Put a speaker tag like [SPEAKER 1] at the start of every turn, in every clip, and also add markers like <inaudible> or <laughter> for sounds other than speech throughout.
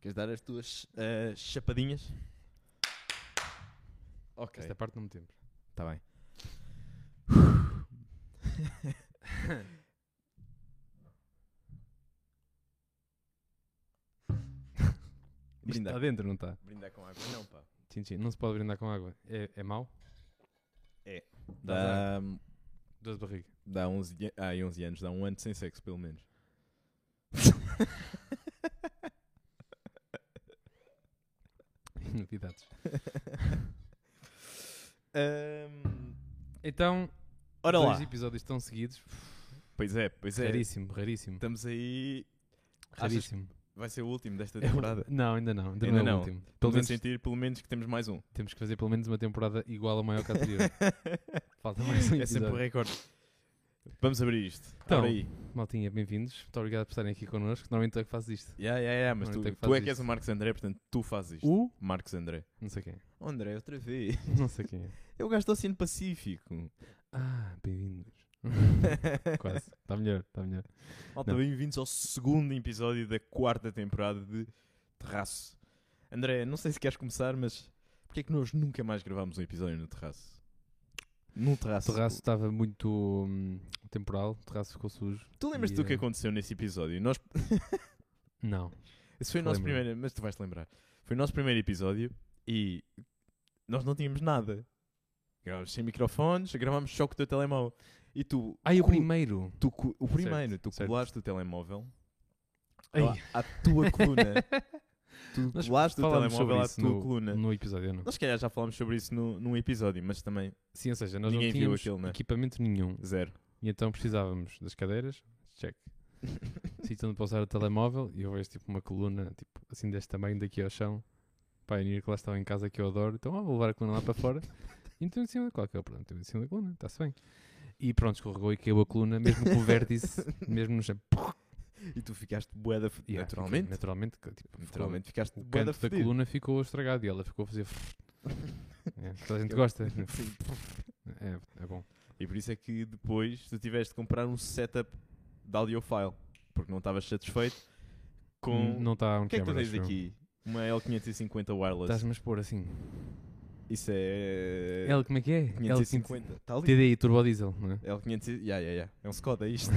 [SPEAKER 1] Queres dar as tuas ah, chapadinhas? Ok.
[SPEAKER 2] Esta parte não me temos.
[SPEAKER 1] Está <laughs> bem.
[SPEAKER 2] Isto está
[SPEAKER 1] brindar.
[SPEAKER 2] dentro, não está?
[SPEAKER 1] brindar com água. Não, pá.
[SPEAKER 2] Tchim, tchim. Não se pode brindar com água. É, é mau?
[SPEAKER 1] Dá,
[SPEAKER 2] Doce
[SPEAKER 1] <laughs>
[SPEAKER 2] de barriga.
[SPEAKER 1] dá 11, ah, 11 anos, dá um ano sem sexo, pelo menos.
[SPEAKER 2] Novidades.
[SPEAKER 1] <laughs> Ahm,
[SPEAKER 2] Então,
[SPEAKER 1] ora
[SPEAKER 2] dois
[SPEAKER 1] lá.
[SPEAKER 2] episódios estão seguidos.
[SPEAKER 1] Pois é, pois é.
[SPEAKER 2] Raríssimo, raríssimo.
[SPEAKER 1] Estamos aí. Achas-
[SPEAKER 2] Raríssimo.
[SPEAKER 1] Vai ser o último desta
[SPEAKER 2] É o-
[SPEAKER 1] temporada.
[SPEAKER 2] <laughs> Não, ainda não. Ainda,
[SPEAKER 1] Ainda
[SPEAKER 2] não é o
[SPEAKER 1] não.
[SPEAKER 2] último. Pelo
[SPEAKER 1] Estamos a
[SPEAKER 2] menos
[SPEAKER 1] sentir, pelo menos, que temos mais um.
[SPEAKER 2] temos que fazer pelo menos uma temporada igual a maior É que a
[SPEAKER 1] <laughs>
[SPEAKER 2] anterior. Falta mais um
[SPEAKER 1] é sempre o
[SPEAKER 2] episódio.
[SPEAKER 1] recorde. Vamos abrir isto.
[SPEAKER 2] Então.
[SPEAKER 1] Abre aí.
[SPEAKER 2] Maltinha, bem-vindos. Muito obrigado por estarem aqui connosco. Normalmente eu é que faço isto.
[SPEAKER 1] Yeah, yeah, yeah, mas
[SPEAKER 2] Não,
[SPEAKER 1] tu,
[SPEAKER 2] eu tenho que
[SPEAKER 1] tu
[SPEAKER 2] fazer
[SPEAKER 1] é que és
[SPEAKER 2] isto.
[SPEAKER 1] o Marcos André, portanto, tu fazes isto.
[SPEAKER 2] O?
[SPEAKER 1] Marcos André.
[SPEAKER 2] Não sei quem. é. <laughs>
[SPEAKER 1] Oh, André, outra <laughs> vez.
[SPEAKER 2] Não sei quem é.
[SPEAKER 1] Eu gasto Oceano Pacífico.
[SPEAKER 2] Ah, bem-vindos. <laughs>
[SPEAKER 1] <laughs>
[SPEAKER 2] Quase. Está melhor, está melhor.
[SPEAKER 1] Malta,
[SPEAKER 2] Não.
[SPEAKER 1] bem-vindos ao segundo episódio da quarta temporada de Terraço. André, não sei se queres começar, mas porquê é que nós nunca mais gravámos um episódio no terraço? No
[SPEAKER 2] O
[SPEAKER 1] terraço.
[SPEAKER 2] terraço estava muito hum, temporal, o terraço ficou sujo.
[SPEAKER 1] Tu lembras-te do que aconteceu nesse episódio? Nós
[SPEAKER 2] Não.
[SPEAKER 1] Esse foi o nosso
[SPEAKER 2] Lembro-me.
[SPEAKER 1] primeiro, mas tu vais-te lembrar. Foi o nosso primeiro episódio e nós não tínhamos nada. Gravámos sem microfones, gravámos só com o teu telemóvel. E tu,
[SPEAKER 2] Ah, e o
[SPEAKER 1] cu-
[SPEAKER 2] primeiro.
[SPEAKER 1] tu cu- o
[SPEAKER 2] Certo,
[SPEAKER 1] primeiro, tu
[SPEAKER 2] certo.
[SPEAKER 1] colaste o telemóvel
[SPEAKER 2] Ai.
[SPEAKER 1] à, à tua <laughs> coluna. tu
[SPEAKER 2] Nós
[SPEAKER 1] colaste o
[SPEAKER 2] falámos
[SPEAKER 1] telemóvel à
[SPEAKER 2] isso
[SPEAKER 1] tua
[SPEAKER 2] no,
[SPEAKER 1] coluna.
[SPEAKER 2] <laughs> no episódio, não.
[SPEAKER 1] Nós, se calhar, já falámos sobre isso no, num episódio, mas também
[SPEAKER 2] Sim, ou seja, nós
[SPEAKER 1] Ninguém
[SPEAKER 2] não
[SPEAKER 1] viu
[SPEAKER 2] tínhamos
[SPEAKER 1] aquilo, né?
[SPEAKER 2] equipamento nenhum.
[SPEAKER 1] zero.
[SPEAKER 2] E então precisávamos das cadeiras,
[SPEAKER 1] <laughs>
[SPEAKER 2] check. Sítio onde pousar o telemóvel e eu vejo tipo uma coluna, tipo assim deste tamanho, daqui ao chão. Pai, a que lá estava em casa que eu adoro, então ah, vou levar a coluna lá para
[SPEAKER 1] <laughs>
[SPEAKER 2] fora. E então em cima da coluna, que é o problema, meteu em cima da coluna, está-se bem. E pronto, escorregou e caiu a coluna, mesmo com
[SPEAKER 1] <laughs>
[SPEAKER 2] o vértice, mesmo no chão.
[SPEAKER 1] E tu ficaste boeda
[SPEAKER 2] E, ah,
[SPEAKER 1] naturalmente.
[SPEAKER 2] fica- Naturalmente, que, tipo, ficou-
[SPEAKER 1] Naturalmente, ficaste
[SPEAKER 2] o
[SPEAKER 1] boeda
[SPEAKER 2] canto da
[SPEAKER 1] fodida.
[SPEAKER 2] coluna ficou estragado e ela ficou a fazer.
[SPEAKER 1] <laughs>
[SPEAKER 2] é, toda a gente gosta.
[SPEAKER 1] Sim.
[SPEAKER 2] É, é bom.
[SPEAKER 1] E por isso é que depois tu tiveste de comprar um setup de audiofile, porque não estavas satisfeito com.
[SPEAKER 2] Não está um
[SPEAKER 1] o que é que tu tens aqui? Uma L550 wireless.
[SPEAKER 2] Estás-me a expor assim.
[SPEAKER 1] Isso é.
[SPEAKER 2] L, como é que é? L550.
[SPEAKER 1] L550. Está Tá ali.
[SPEAKER 2] TDI Turbo Diesel, não é?
[SPEAKER 1] L500. Yeah, yeah, yeah. É um Skoda
[SPEAKER 2] <laughs>
[SPEAKER 1] isto.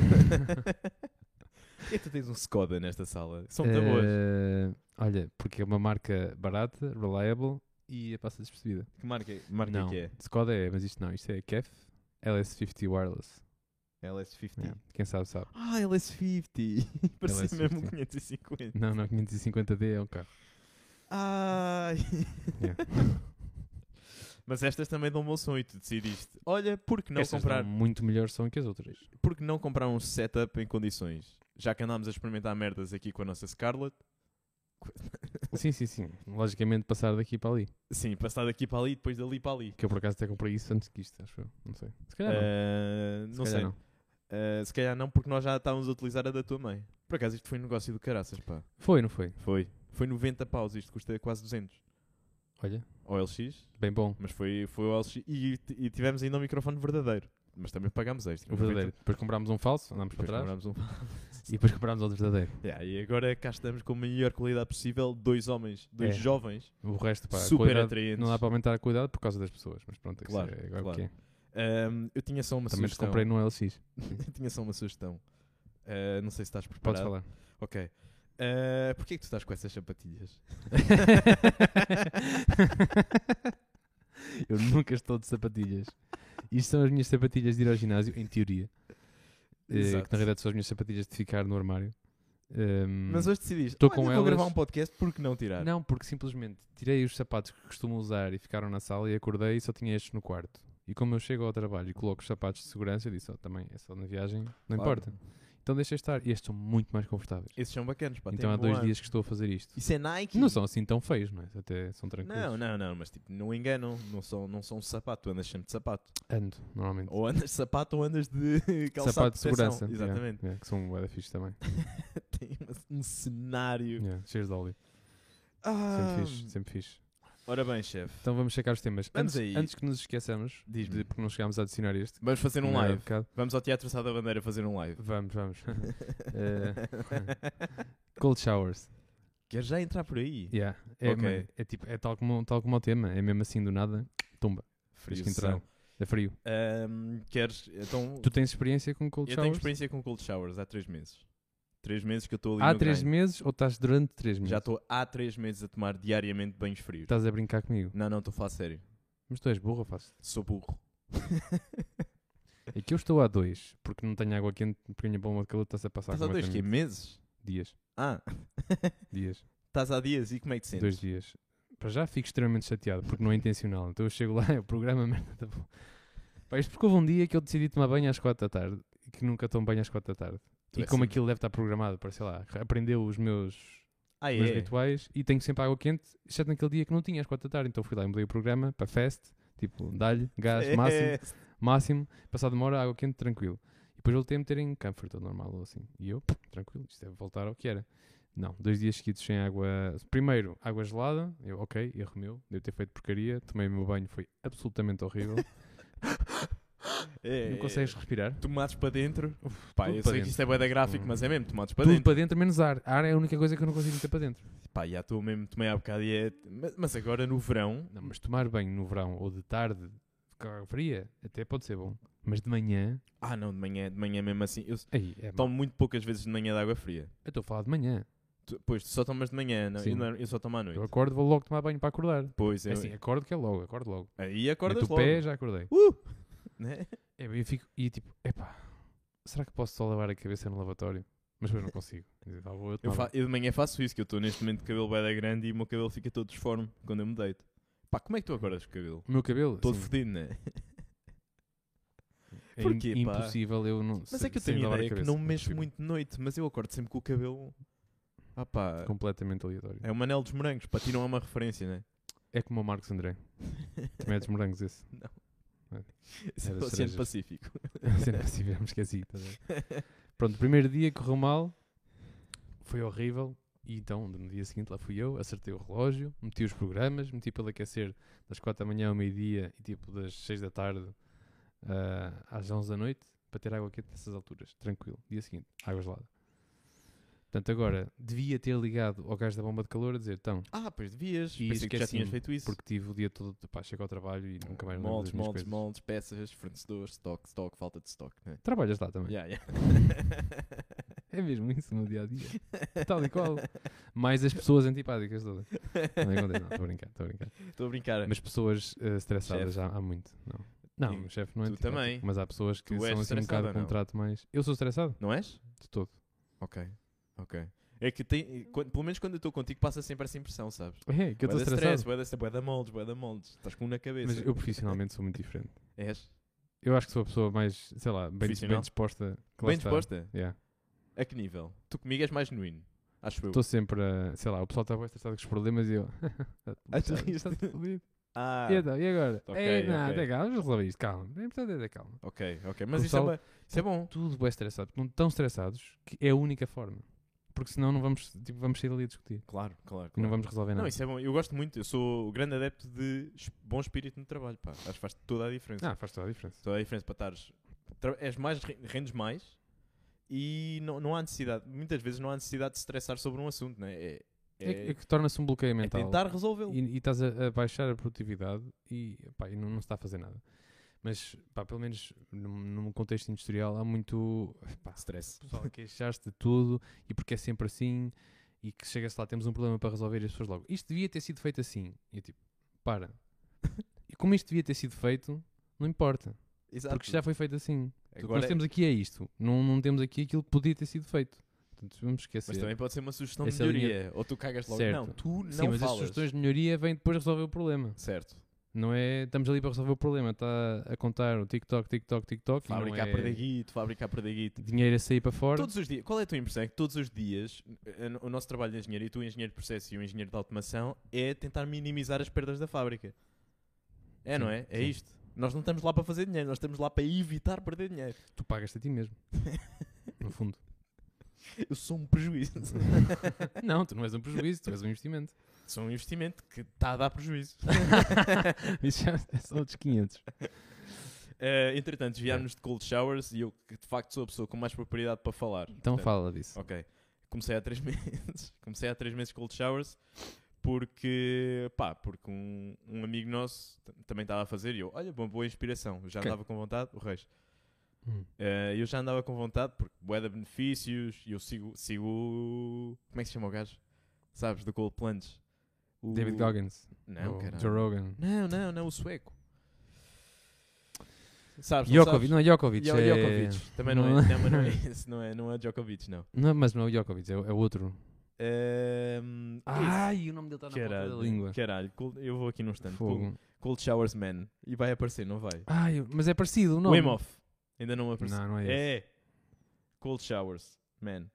[SPEAKER 1] <laughs> e tu tens um Skoda nesta sala. São muito boas.
[SPEAKER 2] Eh, Olha, porque é uma marca barata, reliable e a passa despercebida.
[SPEAKER 1] Que marca, é- marca
[SPEAKER 2] não,
[SPEAKER 1] que é?
[SPEAKER 2] Skoda é, mas isto não. Isto é KEF LS50 Wireless.
[SPEAKER 1] LS50.
[SPEAKER 2] É, Quem sabe, sabe.
[SPEAKER 1] Ah, LS50. <laughs> Parecia
[SPEAKER 2] LS50.
[SPEAKER 1] mesmo um 550.
[SPEAKER 2] Não, não, 550D é
[SPEAKER 1] <laughs>
[SPEAKER 2] um carro.
[SPEAKER 1] Ai.
[SPEAKER 2] Yeah.
[SPEAKER 1] Mas estas também dão bom som e tu decidiste. Olha, por que não
[SPEAKER 2] Estas
[SPEAKER 1] comprar?
[SPEAKER 2] dão muito melhor som que as outras.
[SPEAKER 1] porque não comprar um setup em condições? Já que andámos a experimentar merdas aqui com a nossa Scarlett. <laughs>
[SPEAKER 2] Sim, sim, sim. Logicamente passar daqui para ali.
[SPEAKER 1] Sim, passar daqui para ali e depois dali para ali.
[SPEAKER 2] Que eu por acaso até comprei isso antes que isto, acho eu. Não sei. Se calhar não.
[SPEAKER 1] Ah,
[SPEAKER 2] Se
[SPEAKER 1] não
[SPEAKER 2] calhar
[SPEAKER 1] sei.
[SPEAKER 2] não.
[SPEAKER 1] Ah, se calhar não, porque nós já estávamos a utilizar a da tua mãe. Por acaso isto foi um negócio do caraças, pá.
[SPEAKER 2] Foi, não foi?
[SPEAKER 1] Foi. Foi 90 paus, isto custa quase 200.
[SPEAKER 2] Olha,
[SPEAKER 1] Ao LX,
[SPEAKER 2] bem bom.
[SPEAKER 1] mas foi, foi o LX. E, e tivemos ainda um microfone verdadeiro. Mas também pagámos este.
[SPEAKER 2] O verdadeiro. Depois comprámos um falso, andámos para
[SPEAKER 1] Depois
[SPEAKER 2] trás.
[SPEAKER 1] comprámos um <laughs>
[SPEAKER 2] E depois comprámos outro verdadeiro.
[SPEAKER 1] Yeah, e agora cá estamos com a melhor qualidade possível. Dois homens, dois
[SPEAKER 2] É.
[SPEAKER 1] jovens.
[SPEAKER 2] O resto, pá, a
[SPEAKER 1] Super
[SPEAKER 2] qualidade-
[SPEAKER 1] atraentes.
[SPEAKER 2] Não dá para aumentar a qualidade por causa das pessoas, mas pronto, isso
[SPEAKER 1] Claro,
[SPEAKER 2] é agora
[SPEAKER 1] claro. é
[SPEAKER 2] o que é.
[SPEAKER 1] Ahm, eu tinha só uma
[SPEAKER 2] Também te
[SPEAKER 1] sugestão.
[SPEAKER 2] comprei no LX.
[SPEAKER 1] eu <laughs> tinha só uma sugestão. Ah, não sei se estás
[SPEAKER 2] Podes
[SPEAKER 1] preparado.
[SPEAKER 2] falar.
[SPEAKER 1] Ok. Ah, Porquê é que tu estás com essas sapatilhas?
[SPEAKER 2] <laughs> eu nunca estou de sapatilhas. Isto são as minhas sapatilhas de ir ao ginásio, em teoria. Eh,
[SPEAKER 1] Exato.
[SPEAKER 2] que na realidade são as minhas sapatilhas de ficar no armário. Ehm,
[SPEAKER 1] Mas hoje decidiste,
[SPEAKER 2] Tô
[SPEAKER 1] olha,
[SPEAKER 2] com
[SPEAKER 1] vou
[SPEAKER 2] elas.
[SPEAKER 1] gravar um podcast, porque não tirar?
[SPEAKER 2] Não, porque simplesmente tirei os sapatos que costumo usar e ficaram na sala e acordei e só tinha estes no quarto. E como eu chego ao trabalho e coloco os sapatos de segurança, eu disse, oh, também é só na viagem, não
[SPEAKER 1] Claro.
[SPEAKER 2] importa. Então deixei estar. E estes são muito mais confortáveis.
[SPEAKER 1] Esses são bacanas, pá.
[SPEAKER 2] então
[SPEAKER 1] têm
[SPEAKER 2] há dois
[SPEAKER 1] bom ar.
[SPEAKER 2] dias que estou a fazer isto.
[SPEAKER 1] Isso é Nike?
[SPEAKER 2] Não são assim tão feios, não é? Até são tranquilos.
[SPEAKER 1] Não, não, não, mas tipo, não enganam. Não são, não são um sapato, tu andas sempre de sapato.
[SPEAKER 2] Ando, normalmente.
[SPEAKER 1] Ou andas de sapato ou andas de <laughs> calçado
[SPEAKER 2] Sapato de
[SPEAKER 1] proteção.
[SPEAKER 2] segurança. yeah,
[SPEAKER 1] Exatamente. <laughs>
[SPEAKER 2] yeah, que são um bué da fixe também.
[SPEAKER 1] Tem uma- um cenário.
[SPEAKER 2] Yeah, cheios de óleo.
[SPEAKER 1] Ah,
[SPEAKER 2] Sempre fixe, sempre fixe.
[SPEAKER 1] ora bem, chefe.
[SPEAKER 2] Então vamos checar os temas.
[SPEAKER 1] Vamos aí.
[SPEAKER 2] antes, antes que nos esqueçamos,
[SPEAKER 1] Diz-me.
[SPEAKER 2] de- porque não chegámos a adicionar este.
[SPEAKER 1] Vamos fazer um
[SPEAKER 2] não era
[SPEAKER 1] live.
[SPEAKER 2] bocado.
[SPEAKER 1] Vamos ao Teatro Sá da <laughs> Bandeira fazer um live.
[SPEAKER 2] Vamos, vamos. Eh, cold showers.
[SPEAKER 1] Queres já entrar por aí?
[SPEAKER 2] Yeah. É,
[SPEAKER 1] Ok.
[SPEAKER 2] mano, é tipo, é tal como, tal como o tema, é mesmo assim do nada, tumba. Tens que entrar. É frio.
[SPEAKER 1] Ahm, queres. Então,
[SPEAKER 2] Tu tens experiência com cold
[SPEAKER 1] eu tenho
[SPEAKER 2] showers?
[SPEAKER 1] experiência com cold showers há três meses. Três meses que eu estou ali.
[SPEAKER 2] Há
[SPEAKER 1] no
[SPEAKER 2] três
[SPEAKER 1] grind.
[SPEAKER 2] meses ou estás durante três meses? Tá.
[SPEAKER 1] Já estou há três meses a tomar diariamente banhos frios.
[SPEAKER 2] Estás a brincar comigo.
[SPEAKER 1] Não, não, estou a falar sério.
[SPEAKER 2] Mas tu és burro ou faço?
[SPEAKER 1] Sou
[SPEAKER 2] <laughs>
[SPEAKER 1] burro.
[SPEAKER 2] É que eu estou a dois, porque não tenho água quente, porque a minha bomba de calor está-se a passar
[SPEAKER 1] Estás há dois quê?
[SPEAKER 2] completamente.
[SPEAKER 1] Meses?
[SPEAKER 2] Dias.
[SPEAKER 1] Ah,
[SPEAKER 2] Dias.
[SPEAKER 1] estás há dias e como é que te sentes?
[SPEAKER 2] Dois dias. Para já fico extremamente chateado, porque não é intencional. Então eu chego lá, <laughs> é o programa, merda, tá bom. Pá, isto porque houve um dia que eu decidi tomar banho às quatro da tarde, e que nunca tomo banho às quatro da tarde.
[SPEAKER 1] Tu
[SPEAKER 2] e
[SPEAKER 1] és
[SPEAKER 2] como
[SPEAKER 1] assim.
[SPEAKER 2] aquilo deve estar programado, para sei lá, aprendeu os meus,
[SPEAKER 1] Ah,
[SPEAKER 2] meus
[SPEAKER 1] é.
[SPEAKER 2] rituais e tenho sempre água quente, exceto naquele dia que não tinha às quatro da tarde. Então fui lá e mudei o programa para fest, tipo, dá-lhe, gás, máximo.
[SPEAKER 1] <laughs> É.
[SPEAKER 2] máximo, passado uma hora, água quente, tranquilo. E depois voltei a meter em comfort ou normal ou assim. E eu, tranquilo, isto deve voltar ao que era. Não, dois dias seguidos sem água. Primeiro, água gelada. Eu, ok, erro meu, devo ter feito porcaria. Tomei o meu banho, foi absolutamente horrível.
[SPEAKER 1] <laughs> É,
[SPEAKER 2] não
[SPEAKER 1] é.
[SPEAKER 2] consegues respirar.
[SPEAKER 1] Tomates para dentro. Pá, eu
[SPEAKER 2] tudo
[SPEAKER 1] sei
[SPEAKER 2] para
[SPEAKER 1] que
[SPEAKER 2] dentro.
[SPEAKER 1] isto é bué da gráfico,
[SPEAKER 2] Hum.
[SPEAKER 1] mas é mesmo tomates para
[SPEAKER 2] Tudo
[SPEAKER 1] dentro.
[SPEAKER 2] para dentro, menos ar. Ar é a única coisa que eu não consigo meter para dentro.
[SPEAKER 1] Pá, já estou mesmo, tomei há bocado e é... Mas, mas agora no verão...
[SPEAKER 2] Não, mas tomar banho no verão ou de tarde, com água fria, até pode ser bom. Mas de manhã,
[SPEAKER 1] Ah não, de manhã, de manhã mesmo assim. Eu s-
[SPEAKER 2] aí, é mau.
[SPEAKER 1] tomo muito poucas vezes de manhã de água fria.
[SPEAKER 2] Eu estou a falar de manhã.
[SPEAKER 1] Tu, pois, tu só tomas de manhã, não?
[SPEAKER 2] Sim.
[SPEAKER 1] Eu, não- é, eu só tomo à noite.
[SPEAKER 2] Eu acordo, vou logo tomar banho para acordar.
[SPEAKER 1] Pois,
[SPEAKER 2] É
[SPEAKER 1] eu,
[SPEAKER 2] assim, acordo que é logo, acordo logo.
[SPEAKER 1] aí acordas
[SPEAKER 2] Meto
[SPEAKER 1] logo.
[SPEAKER 2] o pé, já acordei. <laughs>
[SPEAKER 1] né?
[SPEAKER 2] É, eu fico, e tipo, epá, será que posso só lavar a cabeça no lavatório? Mas depois não consigo. Digo, "Ah, vou eu
[SPEAKER 1] eu,
[SPEAKER 2] tomar
[SPEAKER 1] fa-
[SPEAKER 2] banho."
[SPEAKER 1] eu de manhã faço isso, que eu estou neste momento de cabelo bué da grande e o meu cabelo fica todo disforme quando eu me deito. Pá, como é que tu acordas com o cabelo?
[SPEAKER 2] O meu cabelo,
[SPEAKER 1] Todo
[SPEAKER 2] sim,
[SPEAKER 1] fedido, não é?
[SPEAKER 2] é
[SPEAKER 1] Porquê,
[SPEAKER 2] im-
[SPEAKER 1] pá?
[SPEAKER 2] impossível eu não
[SPEAKER 1] Mas
[SPEAKER 2] se-
[SPEAKER 1] é que eu
[SPEAKER 2] sem
[SPEAKER 1] tenho a
[SPEAKER 2] lavar a
[SPEAKER 1] ideia que não
[SPEAKER 2] cabeça,
[SPEAKER 1] mexo
[SPEAKER 2] impossível.
[SPEAKER 1] muito de noite, mas eu acordo sempre com o cabelo... Ah pá,
[SPEAKER 2] Completamente aleatório.
[SPEAKER 1] é o Manel dos Morangos, para ti não é uma referência, né?
[SPEAKER 2] É como o Marcos André. Também
[SPEAKER 1] <laughs>
[SPEAKER 2] é dos morangos esse.
[SPEAKER 1] Isso é
[SPEAKER 2] Era
[SPEAKER 1] do Oceano
[SPEAKER 2] cerejas.
[SPEAKER 1] Pacífico.
[SPEAKER 2] <laughs> Se não é possível, me esqueci.
[SPEAKER 1] <laughs>
[SPEAKER 2] tá bem. Pronto, o primeiro dia correu mal, foi horrível. E então, no dia seguinte, lá fui eu, acertei o relógio, meti os programas, meti para ele aquecer das 4 da manhã ao meio-dia e tipo das 6 da tarde ah, às 11 da noite, para ter água quente nessas alturas, tranquilo. Dia seguinte, água gelada. Portanto, agora, devia ter ligado ao gajo da bomba de calor a dizer, então,
[SPEAKER 1] Ah, pois devias.
[SPEAKER 2] E
[SPEAKER 1] Pensei que já tinhas
[SPEAKER 2] esqueci-me,
[SPEAKER 1] feito isso.
[SPEAKER 2] assim, porque tive o dia todo, pá, chego ao trabalho e nunca mais me lembro
[SPEAKER 1] moldes,
[SPEAKER 2] das minhas
[SPEAKER 1] moldes,
[SPEAKER 2] coisas.
[SPEAKER 1] moldes, peças, fornecedores, stock, stock, falta de stock. Né?
[SPEAKER 2] Trabalhas lá também.
[SPEAKER 1] Yeah, yeah.
[SPEAKER 2] É mesmo isso no dia a dia. Tal e qual. Mais as pessoas antipáticas todas. Não
[SPEAKER 1] <laughs>
[SPEAKER 2] acontece, não, estou a brincar, estou a brincar.
[SPEAKER 1] Estou a brincar.
[SPEAKER 2] Mas pessoas eh, estressadas já há muito. Não, não
[SPEAKER 1] E
[SPEAKER 2] o chefe não é
[SPEAKER 1] tu
[SPEAKER 2] antipático,
[SPEAKER 1] também.
[SPEAKER 2] Mas há pessoas
[SPEAKER 1] Tu
[SPEAKER 2] que
[SPEAKER 1] és
[SPEAKER 2] são assim um
[SPEAKER 1] estressada
[SPEAKER 2] bocado
[SPEAKER 1] ou
[SPEAKER 2] com um
[SPEAKER 1] não?
[SPEAKER 2] trato mais. Eu sou estressado?
[SPEAKER 1] Não és? <laughs>
[SPEAKER 2] De todo.
[SPEAKER 1] Ok, ok. É que tem, quando- pelo menos quando eu estou contigo passa sempre essa impressão, sabes?
[SPEAKER 2] É, que eu estou
[SPEAKER 1] Bué da
[SPEAKER 2] estressado.
[SPEAKER 1] stress, bué da stress, bué da moldes, bué da moldes. Estás com um na cabeça.
[SPEAKER 2] Mas eu profissionalmente sou muito diferente.
[SPEAKER 1] És?
[SPEAKER 2] Eu acho que sou a pessoa mais, sei lá, bem, bem
[SPEAKER 1] Profissional?
[SPEAKER 2] disposta. que lá
[SPEAKER 1] Bem
[SPEAKER 2] está.
[SPEAKER 1] disposta?
[SPEAKER 2] Yeah.
[SPEAKER 1] A que nível? Tu comigo és mais genuíno. Acho eu.
[SPEAKER 2] Estou sempre a, sei lá, o pessoal está bem estressado com os problemas e <laughs> eu.
[SPEAKER 1] Ah, tu riste.
[SPEAKER 2] Está tudo fodido.
[SPEAKER 1] Ah,
[SPEAKER 2] E então, e agora?
[SPEAKER 1] Ok,
[SPEAKER 2] é, não,
[SPEAKER 1] ok.
[SPEAKER 2] até calma, vamos resolver isto, calma. É importante é ter calma.
[SPEAKER 1] ok, ok. Mas
[SPEAKER 2] O
[SPEAKER 1] isso é,
[SPEAKER 2] pessoal-
[SPEAKER 1] bué- isso é bom.
[SPEAKER 2] tudo bem estressado. Não tão estressados que é a única forma. Porque senão não vamos, tipo, vamos sair ali a discutir.
[SPEAKER 1] Claro, claro.
[SPEAKER 2] E não
[SPEAKER 1] claro.
[SPEAKER 2] vamos resolver nada.
[SPEAKER 1] Não, isso é bom. Eu gosto muito. Eu sou o grande adepto de es- bom espírito no trabalho, pá. Acho que faz toda a diferença.
[SPEAKER 2] Ah, faz toda a diferença.
[SPEAKER 1] Toda a diferença para estares... tra- És mais... re- Rendes mais e não, não há necessidade... Muitas vezes não há necessidade de se estressar sobre um assunto, né? É,
[SPEAKER 2] É, que-
[SPEAKER 1] é,
[SPEAKER 2] é que torna-se um bloqueio
[SPEAKER 1] é
[SPEAKER 2] mental.
[SPEAKER 1] tentar resolvê-lo.
[SPEAKER 2] e, e estás a, a baixar a produtividade e, pá, e não, não se está a fazer nada. Mas, pá, pelo menos num, num contexto industrial há muito pá,
[SPEAKER 1] Stress.
[SPEAKER 2] pessoal a queixar-se de tudo e porque é sempre assim e que chega-se lá, temos um problema para resolver e as pessoas logo, isto devia ter sido feito assim. E eu tipo, para. <laughs> E como isto devia ter sido feito, não importa.
[SPEAKER 1] Exato.
[SPEAKER 2] Porque já foi feito assim. Tudo o que
[SPEAKER 1] Agora
[SPEAKER 2] nós
[SPEAKER 1] é-
[SPEAKER 2] temos aqui é isto. Não, não temos aqui aquilo que podia ter sido feito. Portanto, vamos esquecer.
[SPEAKER 1] Mas também pode ser uma sugestão
[SPEAKER 2] Essa
[SPEAKER 1] de
[SPEAKER 2] linha-
[SPEAKER 1] melhoria. Ou tu cagas logo.
[SPEAKER 2] é Certo.
[SPEAKER 1] Não, tu não
[SPEAKER 2] Sim, mas as
[SPEAKER 1] falas.
[SPEAKER 2] sugestões de melhoria vêm depois de resolver o problema.
[SPEAKER 1] Certo.
[SPEAKER 2] Não é. Estamos ali para resolver o problema. Está a contar o TikTok, TikTok, TikTok. e
[SPEAKER 1] Fábrica
[SPEAKER 2] não
[SPEAKER 1] a
[SPEAKER 2] é
[SPEAKER 1] perder guito, fábrica a perder guito.
[SPEAKER 2] Dinheiro a sair para fora.
[SPEAKER 1] Todos os dias, qual é a tua impressão? É que todos os dias eh, o nosso trabalho de engenharia, e tu, engenheiro de processo e o engenheiro de automação, é tentar minimizar as perdas da fábrica. É,
[SPEAKER 2] Sim,
[SPEAKER 1] não é? É
[SPEAKER 2] sim.
[SPEAKER 1] isto. Nós não estamos lá para fazer dinheiro, nós estamos lá para evitar perder dinheiro.
[SPEAKER 2] Tu pagas-te a
[SPEAKER 1] <laughs>
[SPEAKER 2] ti mesmo. No fundo.
[SPEAKER 1] Eu sou um prejuízo.
[SPEAKER 2] <laughs> não, tu não és um prejuízo, tu és um
[SPEAKER 1] <laughs>
[SPEAKER 2] investimento.
[SPEAKER 1] sou um investimento que está a dar prejuízo.
[SPEAKER 2] <laughs> Isso já são outros 500.
[SPEAKER 1] Eh, entretanto, desviámos-nos de cold showers e eu, que de facto sou a pessoa com mais propriedade para falar.
[SPEAKER 2] Então
[SPEAKER 1] Portanto,
[SPEAKER 2] fala disso.
[SPEAKER 1] Ok. Comecei há três <laughs> meses. Comecei há três meses cold showers porque, pá, porque um, um amigo nosso t- também estava a fazer e eu, olha, uma boa inspiração. Eu já
[SPEAKER 2] Quem?
[SPEAKER 1] andava com vontade, o Reis.
[SPEAKER 2] Hum.
[SPEAKER 1] Eh, eu já andava com vontade porque bué de benefícios e eu sigo, sigo. o- Como é que se chama o gajo? Sabes, do Cold Plunge? O-
[SPEAKER 2] David Goggins.
[SPEAKER 1] Uh, Não,
[SPEAKER 2] ou
[SPEAKER 1] caralho.
[SPEAKER 2] Joe Rogan.
[SPEAKER 1] Não, não, não, o sueco. Sabes, não
[SPEAKER 2] Djokovic.
[SPEAKER 1] sabes?
[SPEAKER 2] Não é Djokovic.
[SPEAKER 1] Jo-
[SPEAKER 2] é...
[SPEAKER 1] Djokovic. Também não, é. Não, mas não é esse, não é, não é Djokovic, não.
[SPEAKER 2] Não, mas não é o Djokovic, é, é o outro. é <laughs>
[SPEAKER 1] Ehm,
[SPEAKER 2] Ah, Ai, o nome dele está
[SPEAKER 1] esse.
[SPEAKER 2] na ponta da língua.
[SPEAKER 1] caralho, caralho, cold- eu vou aqui num instante. Cold,
[SPEAKER 2] Fogo.
[SPEAKER 1] cold Showers Man. E vai aparecer, não vai?
[SPEAKER 2] Ai, mas é parecido o nome.
[SPEAKER 1] Wim Hof. Ainda não apareceu.
[SPEAKER 2] Não, não é esse.
[SPEAKER 1] é. Cold Showers Man.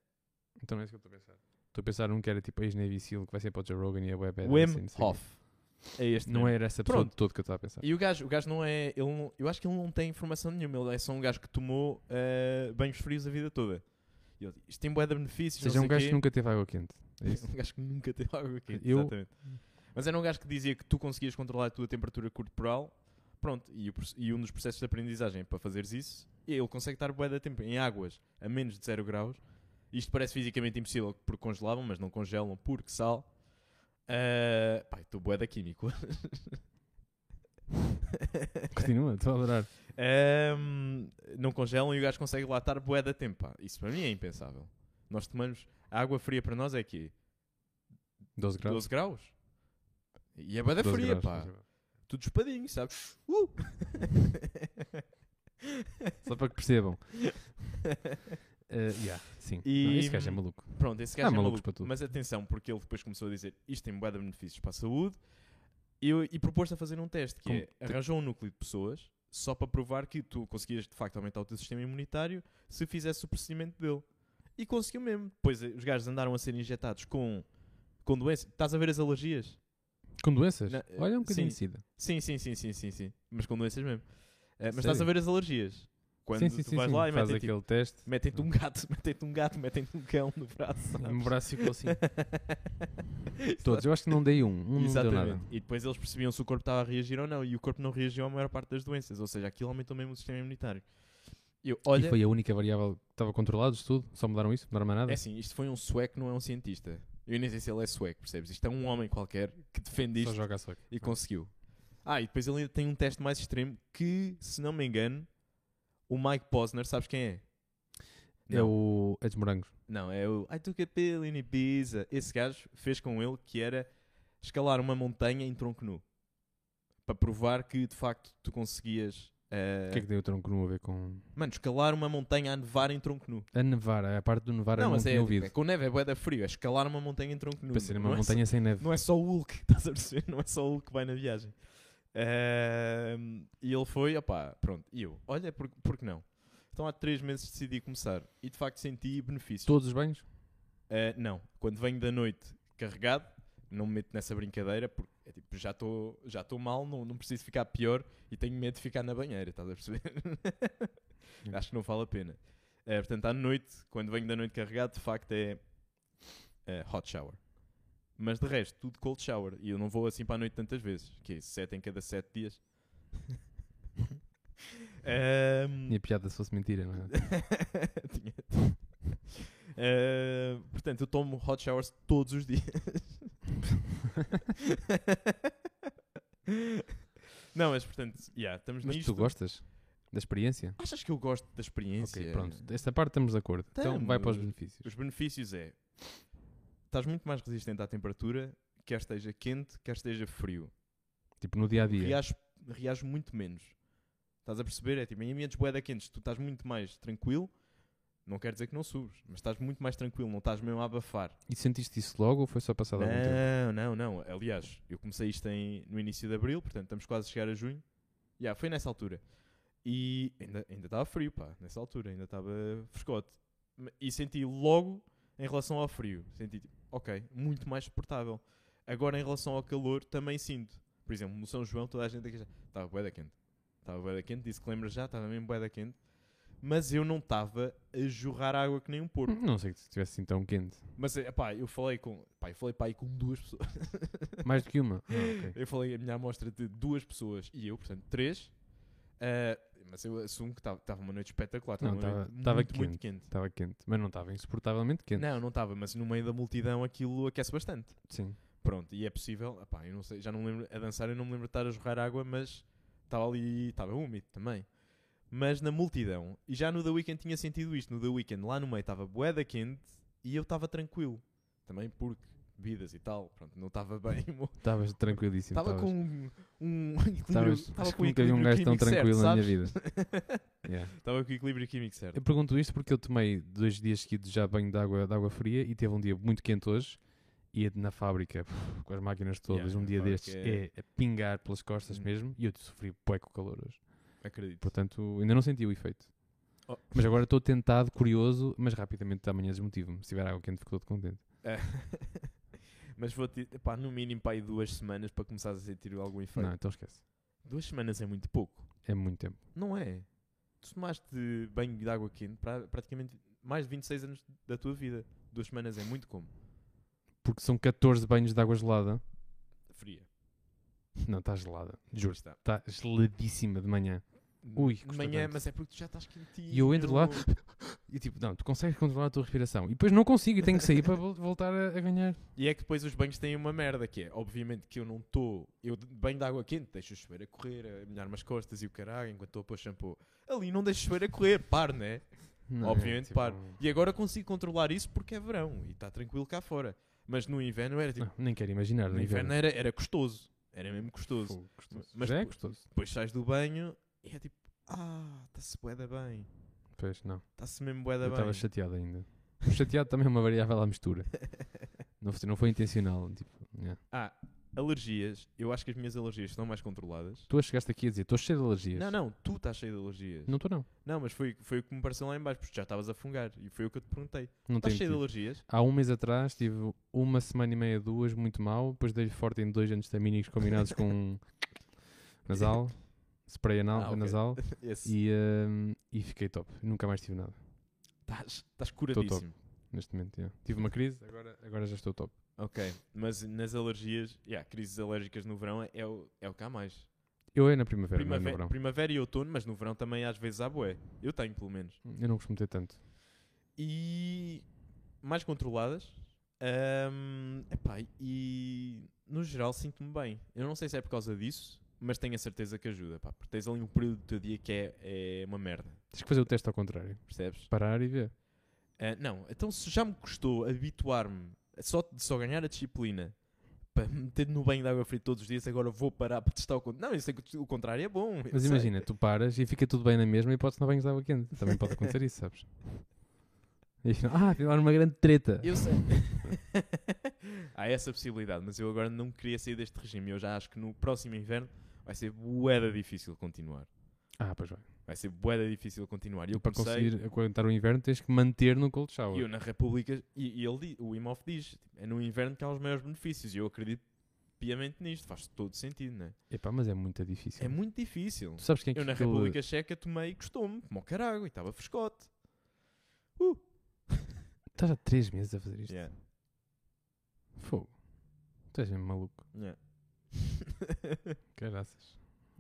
[SPEAKER 2] Então não é isso que eu estou a pensar. Estou a pensar num que era tipo ex-Navy Seal, que vai ser para o Joe Rogan e é a web
[SPEAKER 1] Wim Hof. É este.
[SPEAKER 2] Não
[SPEAKER 1] mesmo.
[SPEAKER 2] era essa pessoa
[SPEAKER 1] Pronto.
[SPEAKER 2] de todo que eu estava a pensar.
[SPEAKER 1] E o gajo, o gajo não é. Ele não- eu acho que ele não tem informação nenhuma. Ele é só um gajo que tomou eh, banhos frios a vida toda. E ele diz, isto tem bué de benefícios.
[SPEAKER 2] Ou seja, é
[SPEAKER 1] não
[SPEAKER 2] um gajo
[SPEAKER 1] sei
[SPEAKER 2] que
[SPEAKER 1] quê."
[SPEAKER 2] nunca teve água quente. É isso?
[SPEAKER 1] um gajo que nunca teve água quente.
[SPEAKER 2] Eu-
[SPEAKER 1] Exatamente. Mas era um gajo que dizia que tu conseguias controlar a tua temperatura corporal. Pronto, e, o proce- e um dos processos de aprendizagem para fazeres isso, ele consegue estar bué de tempo em águas a menos de 0 graus. Isto parece fisicamente impossível porque congelavam, mas não congelam porque sal. Eh, pá, estou bué da químico.
[SPEAKER 2] <laughs> <laughs> Continua, estou a adorar.
[SPEAKER 1] Ahm, não congelam e o gajo consegue lá estar bué da tempo. pá. Isso para mim é impensável. Nós tomamos a água fria para nós é quê?
[SPEAKER 2] 12 graus.
[SPEAKER 1] 12 graus? E é bué da
[SPEAKER 2] 12
[SPEAKER 1] fria,
[SPEAKER 2] graus,
[SPEAKER 1] pá.
[SPEAKER 2] 12 graus.
[SPEAKER 1] Tudo espadinho, sabes?
[SPEAKER 2] <laughs>
[SPEAKER 1] Uh!
[SPEAKER 2] Só para que percebam. Eh, yeah, sim.
[SPEAKER 1] E-
[SPEAKER 2] Não, esse gajo é maluco.
[SPEAKER 1] Pronto, esse gajo é
[SPEAKER 2] Ah, malucos
[SPEAKER 1] maluco.
[SPEAKER 2] para tudo.
[SPEAKER 1] Mas atenção, porque ele depois começou a dizer isto tem bué de benefícios para a saúde e, eu- e propôs-te a fazer um teste que
[SPEAKER 2] Como
[SPEAKER 1] é, arranjou um núcleo de pessoas só para provar que tu conseguias de facto aumentar o teu sistema imunitário se fizesse o procedimento dele. E conseguiu mesmo. Pois eh, os gajos andaram a ser injetados com, com doenças. Estás a ver as alergias?
[SPEAKER 2] Com doenças?
[SPEAKER 1] Na- eh,
[SPEAKER 2] Olha um bocadinho de
[SPEAKER 1] sim.
[SPEAKER 2] sida.
[SPEAKER 1] Sim, sim, sim, sim, sim, sim. Mas com doenças mesmo. Eh, mas
[SPEAKER 2] Sério?
[SPEAKER 1] estás a ver as alergias? Quando
[SPEAKER 2] Sim, sim,
[SPEAKER 1] tu
[SPEAKER 2] sim.
[SPEAKER 1] vais
[SPEAKER 2] sim.
[SPEAKER 1] lá e
[SPEAKER 2] Faz
[SPEAKER 1] metem-te
[SPEAKER 2] aquele <laughs> teste.
[SPEAKER 1] metem-te um gato, <laughs> metem-te um gato, metem-te um cão no braço.
[SPEAKER 2] O
[SPEAKER 1] sabes? <laughs>
[SPEAKER 2] meu braço ficou <laughs> assim. Todos. Eu acho que não dei um. Um não deu nada.
[SPEAKER 1] Exatamente. E depois eles percebiam se o corpo estava a reagir ou não. E o corpo não reagiu à maior parte das doenças. Ou seja, aquilo aumentou mesmo o sistema imunitário. Eu, olha,
[SPEAKER 2] E foi a única variável que estava controlado, estudo? Só mudaram isso? Mudaram mais nada?
[SPEAKER 1] é assim, isto foi um sueco, não é um cientista. Eu nem sei se ele é sueco, percebes? Isto é um homem qualquer que defende
[SPEAKER 2] Só
[SPEAKER 1] isto
[SPEAKER 2] joga a soca.
[SPEAKER 1] e conseguiu. Ah, e depois ele ainda tem um teste mais extremo que, se não me engano, o Mike Posner, sabes quem é?
[SPEAKER 2] É o. É dos morangos.
[SPEAKER 1] Não, é o I took a pill in Ibiza. Esse gajo fez com ele que era escalar uma montanha em tronco nu. Para provar que de facto tu conseguias. eh,
[SPEAKER 2] O que é que tem o tronco nu a ver com.
[SPEAKER 1] Mano, escalar uma montanha a nevar em tronco nu.
[SPEAKER 2] A nevar, a parte do nevar é
[SPEAKER 1] não,
[SPEAKER 2] não
[SPEAKER 1] mas é,
[SPEAKER 2] tinha
[SPEAKER 1] tipo,
[SPEAKER 2] ouvido.
[SPEAKER 1] é com neve, é boeda frio. É escalar uma montanha em tronco nu.
[SPEAKER 2] Pensei
[SPEAKER 1] não
[SPEAKER 2] numa
[SPEAKER 1] é
[SPEAKER 2] montanha sem
[SPEAKER 1] só-
[SPEAKER 2] neve.
[SPEAKER 1] não é só o Hulk, <laughs> estás a perceber? Não é só o Hulk que vai na viagem. Eh, e ele foi, opá, pronto. E eu, olha, por, por que não? Então há três meses decidi começar. E de facto senti benefícios.
[SPEAKER 2] Todos os banhos?
[SPEAKER 1] Uh, não, quando venho da noite carregado, não me meto nessa brincadeira porque é tipo, já estou já tô mal, não, não preciso ficar pior e tenho medo de ficar na banheira, estás a perceber? <laughs> Acho que não vale a pena. Uh, portanto, à noite, quando venho da noite carregado, de facto é uh, hot shower. Mas de resto, tudo cold shower. E eu não vou assim para a noite tantas vezes. Que é 7 em cada 7 dias. Um,
[SPEAKER 2] Minha piada se fosse mentira, não é?
[SPEAKER 1] <laughs> Tinha- Eh, portanto, eu tomo hot showers todos os dias. <laughs> não, mas portanto, yeah, estamos
[SPEAKER 2] Mas
[SPEAKER 1] nisto.
[SPEAKER 2] tu gostas da experiência?
[SPEAKER 1] Achas que eu gosto da experiência?
[SPEAKER 2] Ok, pronto. Desta parte estamos de acordo. Então vai para os
[SPEAKER 1] Estamos.
[SPEAKER 2] benefícios.
[SPEAKER 1] Os benefícios é estás muito mais resistente à temperatura, quer esteja quente, quer esteja frio.
[SPEAKER 2] Tipo no dia a dia.
[SPEAKER 1] Reage, reage muito menos. Estás a perceber? É tipo, em ambientes boeda quentes, tu estás muito mais tranquilo. Não quer dizer que não subes, mas estás muito mais tranquilo, não estás mesmo a abafar.
[SPEAKER 2] E sentiste isso logo ou foi só passado algum tempo?
[SPEAKER 1] Não, não, não. Aliás, eu comecei isto em- no início de abril, portanto estamos quase a chegar a junho. Já, foi nessa altura. E ainda ainda estava frio, pá, nessa altura, ainda estava frescote. Ma- E senti logo em relação ao frio, senti, tipo, ok, muito mais suportável. Agora em relação ao calor, também sinto. Por exemplo, no São João, toda a gente aqui já estava bué da quente. Estava bué da quente, disse que lembra já, estava mesmo bué da quente. Mas eu não estava a jorrar água que nem um porco.
[SPEAKER 2] Não sei que estivesse assim tão quente.
[SPEAKER 1] Mas, eh, pá, eu falei com, pá, eu falei, pá, aí com duas pessoas.
[SPEAKER 2] Mais do que uma. Ah, ok.
[SPEAKER 1] Eu falei a minha amostra de duas pessoas e eu, portanto, três, Ah, mas eu assumo que estava uma noite espetacular. Estava
[SPEAKER 2] Não,
[SPEAKER 1] uma noite
[SPEAKER 2] tava- tava
[SPEAKER 1] muito, muito quente.
[SPEAKER 2] Estava quente, mas não estava insuportavelmente quente.
[SPEAKER 1] Não, não estava, mas no meio da multidão aquilo aquece bastante.
[SPEAKER 2] Sim.
[SPEAKER 1] Pronto, e é possível, epá, eu não sei, já não me lembro, a dançar eu não me lembro de estar a jorrar água, mas estava ali, estava úmido também. Mas na multidão, e já no The Weeknd tinha sentido isto, no The Weeknd lá no meio estava boeda quente e eu estava tranquilo. Também porque bebidas e tal, pronto, não estava <laughs> bem.
[SPEAKER 2] Estavas tranquilíssimo.
[SPEAKER 1] Estava
[SPEAKER 2] estavas-
[SPEAKER 1] com um, um <laughs> equilíbrio, estava
[SPEAKER 2] estavas- Tipo, Acho
[SPEAKER 1] com
[SPEAKER 2] que
[SPEAKER 1] um
[SPEAKER 2] nunca vi um
[SPEAKER 1] equilíbrio
[SPEAKER 2] gajo tão
[SPEAKER 1] químico
[SPEAKER 2] tranquilo
[SPEAKER 1] certo,
[SPEAKER 2] na minha
[SPEAKER 1] sabes?
[SPEAKER 2] vida. <laughs> Yeah.
[SPEAKER 1] Estava com o equilíbrio químico certo.
[SPEAKER 2] Eu pergunto isto porque eu tomei dois dias seguidos já banho de água, de água fria e teve um dia muito quente hoje. E é na fábrica, puf, com as máquinas todas,
[SPEAKER 1] Yeah,
[SPEAKER 2] um
[SPEAKER 1] na
[SPEAKER 2] dia
[SPEAKER 1] fábrica
[SPEAKER 2] destes é... a pingar pelas costas
[SPEAKER 1] Hum.
[SPEAKER 2] mesmo. E eu sofri bué com o calor hoje.
[SPEAKER 1] Acredito.
[SPEAKER 2] Portanto, ainda não senti o efeito.
[SPEAKER 1] Oh.
[SPEAKER 2] Mas agora estou tentado, curioso, mas rapidamente amanhã desmotivo-me. Se tiver água quente, fico todo contente.
[SPEAKER 1] É. <laughs> Mas vou-te, pá, no mínimo, pá, aí duas semanas para começares a sentir algum efeito.
[SPEAKER 2] Não, então esquece.
[SPEAKER 1] Duas semanas é muito pouco.
[SPEAKER 2] É muito tempo.
[SPEAKER 1] Não é? Tu tomaste banho de água quente pra, praticamente mais de 26 anos da tua vida. Duas semanas é muito como?
[SPEAKER 2] Porque são 14 banhos de água gelada.
[SPEAKER 1] Fria.
[SPEAKER 2] Não, está gelada. Juro.
[SPEAKER 1] Está.
[SPEAKER 2] Está geladíssima de manhã. Ui,
[SPEAKER 1] de
[SPEAKER 2] custa
[SPEAKER 1] manhã,
[SPEAKER 2] tanto.
[SPEAKER 1] mas é porque tu já estás quentinho.
[SPEAKER 2] E eu entro lá e tipo, não, tu consegues controlar a tua respiração. E depois não consigo e tenho que sair para vol- voltar a, a ganhar.
[SPEAKER 1] E é que depois os banhos têm uma merda que é, obviamente, que eu não estou. Eu de- banho de água quente, deixo o chuveiro a correr, a molhar-me as costas e o caralho, enquanto estou a pôr shampoo. Ali não deixo o chuveiro a correr, par, né?
[SPEAKER 2] Não,
[SPEAKER 1] Obviamente,
[SPEAKER 2] tipo,
[SPEAKER 1] paro. E agora consigo controlar isso porque é verão e está tranquilo cá fora. Mas no inverno era tipo.
[SPEAKER 2] não, nem quero imaginar.
[SPEAKER 1] no
[SPEAKER 2] nem
[SPEAKER 1] inverno
[SPEAKER 2] quero.
[SPEAKER 1] era, era custoso. Era mesmo custoso.
[SPEAKER 2] Fogo, gostoso.
[SPEAKER 1] Mas tipo,
[SPEAKER 2] Mas é
[SPEAKER 1] depois-
[SPEAKER 2] gostoso.
[SPEAKER 1] Depois sais do banho e é tipo. Ah, está-se boeda bem.
[SPEAKER 2] Pois, não.
[SPEAKER 1] Está-se mesmo boeda
[SPEAKER 2] Eu
[SPEAKER 1] bem.
[SPEAKER 2] estava chateado ainda. O chateado também é uma variável
[SPEAKER 1] <laughs>
[SPEAKER 2] à mistura. Não foi, não foi intencional. Tipo, yeah.
[SPEAKER 1] Ah, alergias. Eu acho que as minhas alergias estão mais controladas.
[SPEAKER 2] Tu chegaste aqui a dizer, estou cheio de alergias.
[SPEAKER 1] Não, não, tu estás cheio de alergias.
[SPEAKER 2] Não estou, não.
[SPEAKER 1] Não, mas foi, foi o que me pareceu lá em baixo, porque já estavas a fungar. E foi o que eu te perguntei.
[SPEAKER 2] Não
[SPEAKER 1] Estás
[SPEAKER 2] tenho
[SPEAKER 1] cheio de
[SPEAKER 2] tido.
[SPEAKER 1] alergias?
[SPEAKER 2] Há um mês atrás tive uma semana e meia, duas, muito mal. Depois dei-lhe forte em dois antistamínicos combinados
[SPEAKER 1] <laughs>
[SPEAKER 2] com um nasal, spray anal,
[SPEAKER 1] Ah, ok.
[SPEAKER 2] nasal
[SPEAKER 1] Esse.
[SPEAKER 2] e, hum, e fiquei top. Nunca mais tive nada
[SPEAKER 1] Estás, estás curadíssimo.
[SPEAKER 2] neste momento. yeah. Tive uma crise, agora, agora já estou top.
[SPEAKER 1] Ok, mas nas alergias, yeah, crises alérgicas no verão é- é o, é o que há mais.
[SPEAKER 2] Eu é na primavera, não é no
[SPEAKER 1] Primavera,
[SPEAKER 2] verão.
[SPEAKER 1] primavera e outono, mas no verão também às vezes há bué. Eu tenho, pelo menos.
[SPEAKER 2] Eu não costumo ter tanto.
[SPEAKER 1] E mais controladas. Ahm, epá, e no geral sinto-me bem. Eu não sei se é por causa disso, mas tenho a certeza que ajuda. Pá, porque tens ali um período do teu dia que é, é uma merda,
[SPEAKER 2] Tens que fazer o teste ao contrário.
[SPEAKER 1] percebes?
[SPEAKER 2] Parar e ver.
[SPEAKER 1] Ah, não, então se já me custou habituar-me a só, de só ganhar a disciplina para me meter no banho de água fria todos os dias, agora vou parar para testar o contrário. Não, eu sei que o contrário é bom. eu
[SPEAKER 2] Mas
[SPEAKER 1] sei.
[SPEAKER 2] imagina, tu paras e fica tudo bem na mesma e podes não banhos de água quente. Também pode acontecer isso, sabes? E afinal, ah, tive uma grande treta.
[SPEAKER 1] Eu
[SPEAKER 2] <laughs>
[SPEAKER 1] sei. Há essa possibilidade, mas eu agora não queria sair deste regime. Eu já acho que no próximo inverno vai ser boeda difícil continuar.
[SPEAKER 2] Ah, pois vai.
[SPEAKER 1] Vai ser boeda difícil continuar. E eu
[SPEAKER 2] para
[SPEAKER 1] comecei-
[SPEAKER 2] conseguir aguentar o inverno tens que manter no cold shower.
[SPEAKER 1] E eu na República, e, e ele, di- o IMOF diz, é no inverno que há os maiores benefícios. E eu acredito piamente nisto. Faz todo sentido, não é?
[SPEAKER 2] Epá, mas é muito difícil.
[SPEAKER 1] É muito difícil.
[SPEAKER 2] Tu sabes quem é que
[SPEAKER 1] Eu na
[SPEAKER 2] ficou-
[SPEAKER 1] República Checa tomei e custou-me, como ao caralho, e estava frescote. Uh!
[SPEAKER 2] Estás há 3 meses a fazer isto.
[SPEAKER 1] Yeah,
[SPEAKER 2] Fogo. Tu és mesmo maluco.
[SPEAKER 1] <laughs> yeah.
[SPEAKER 2] Caraças.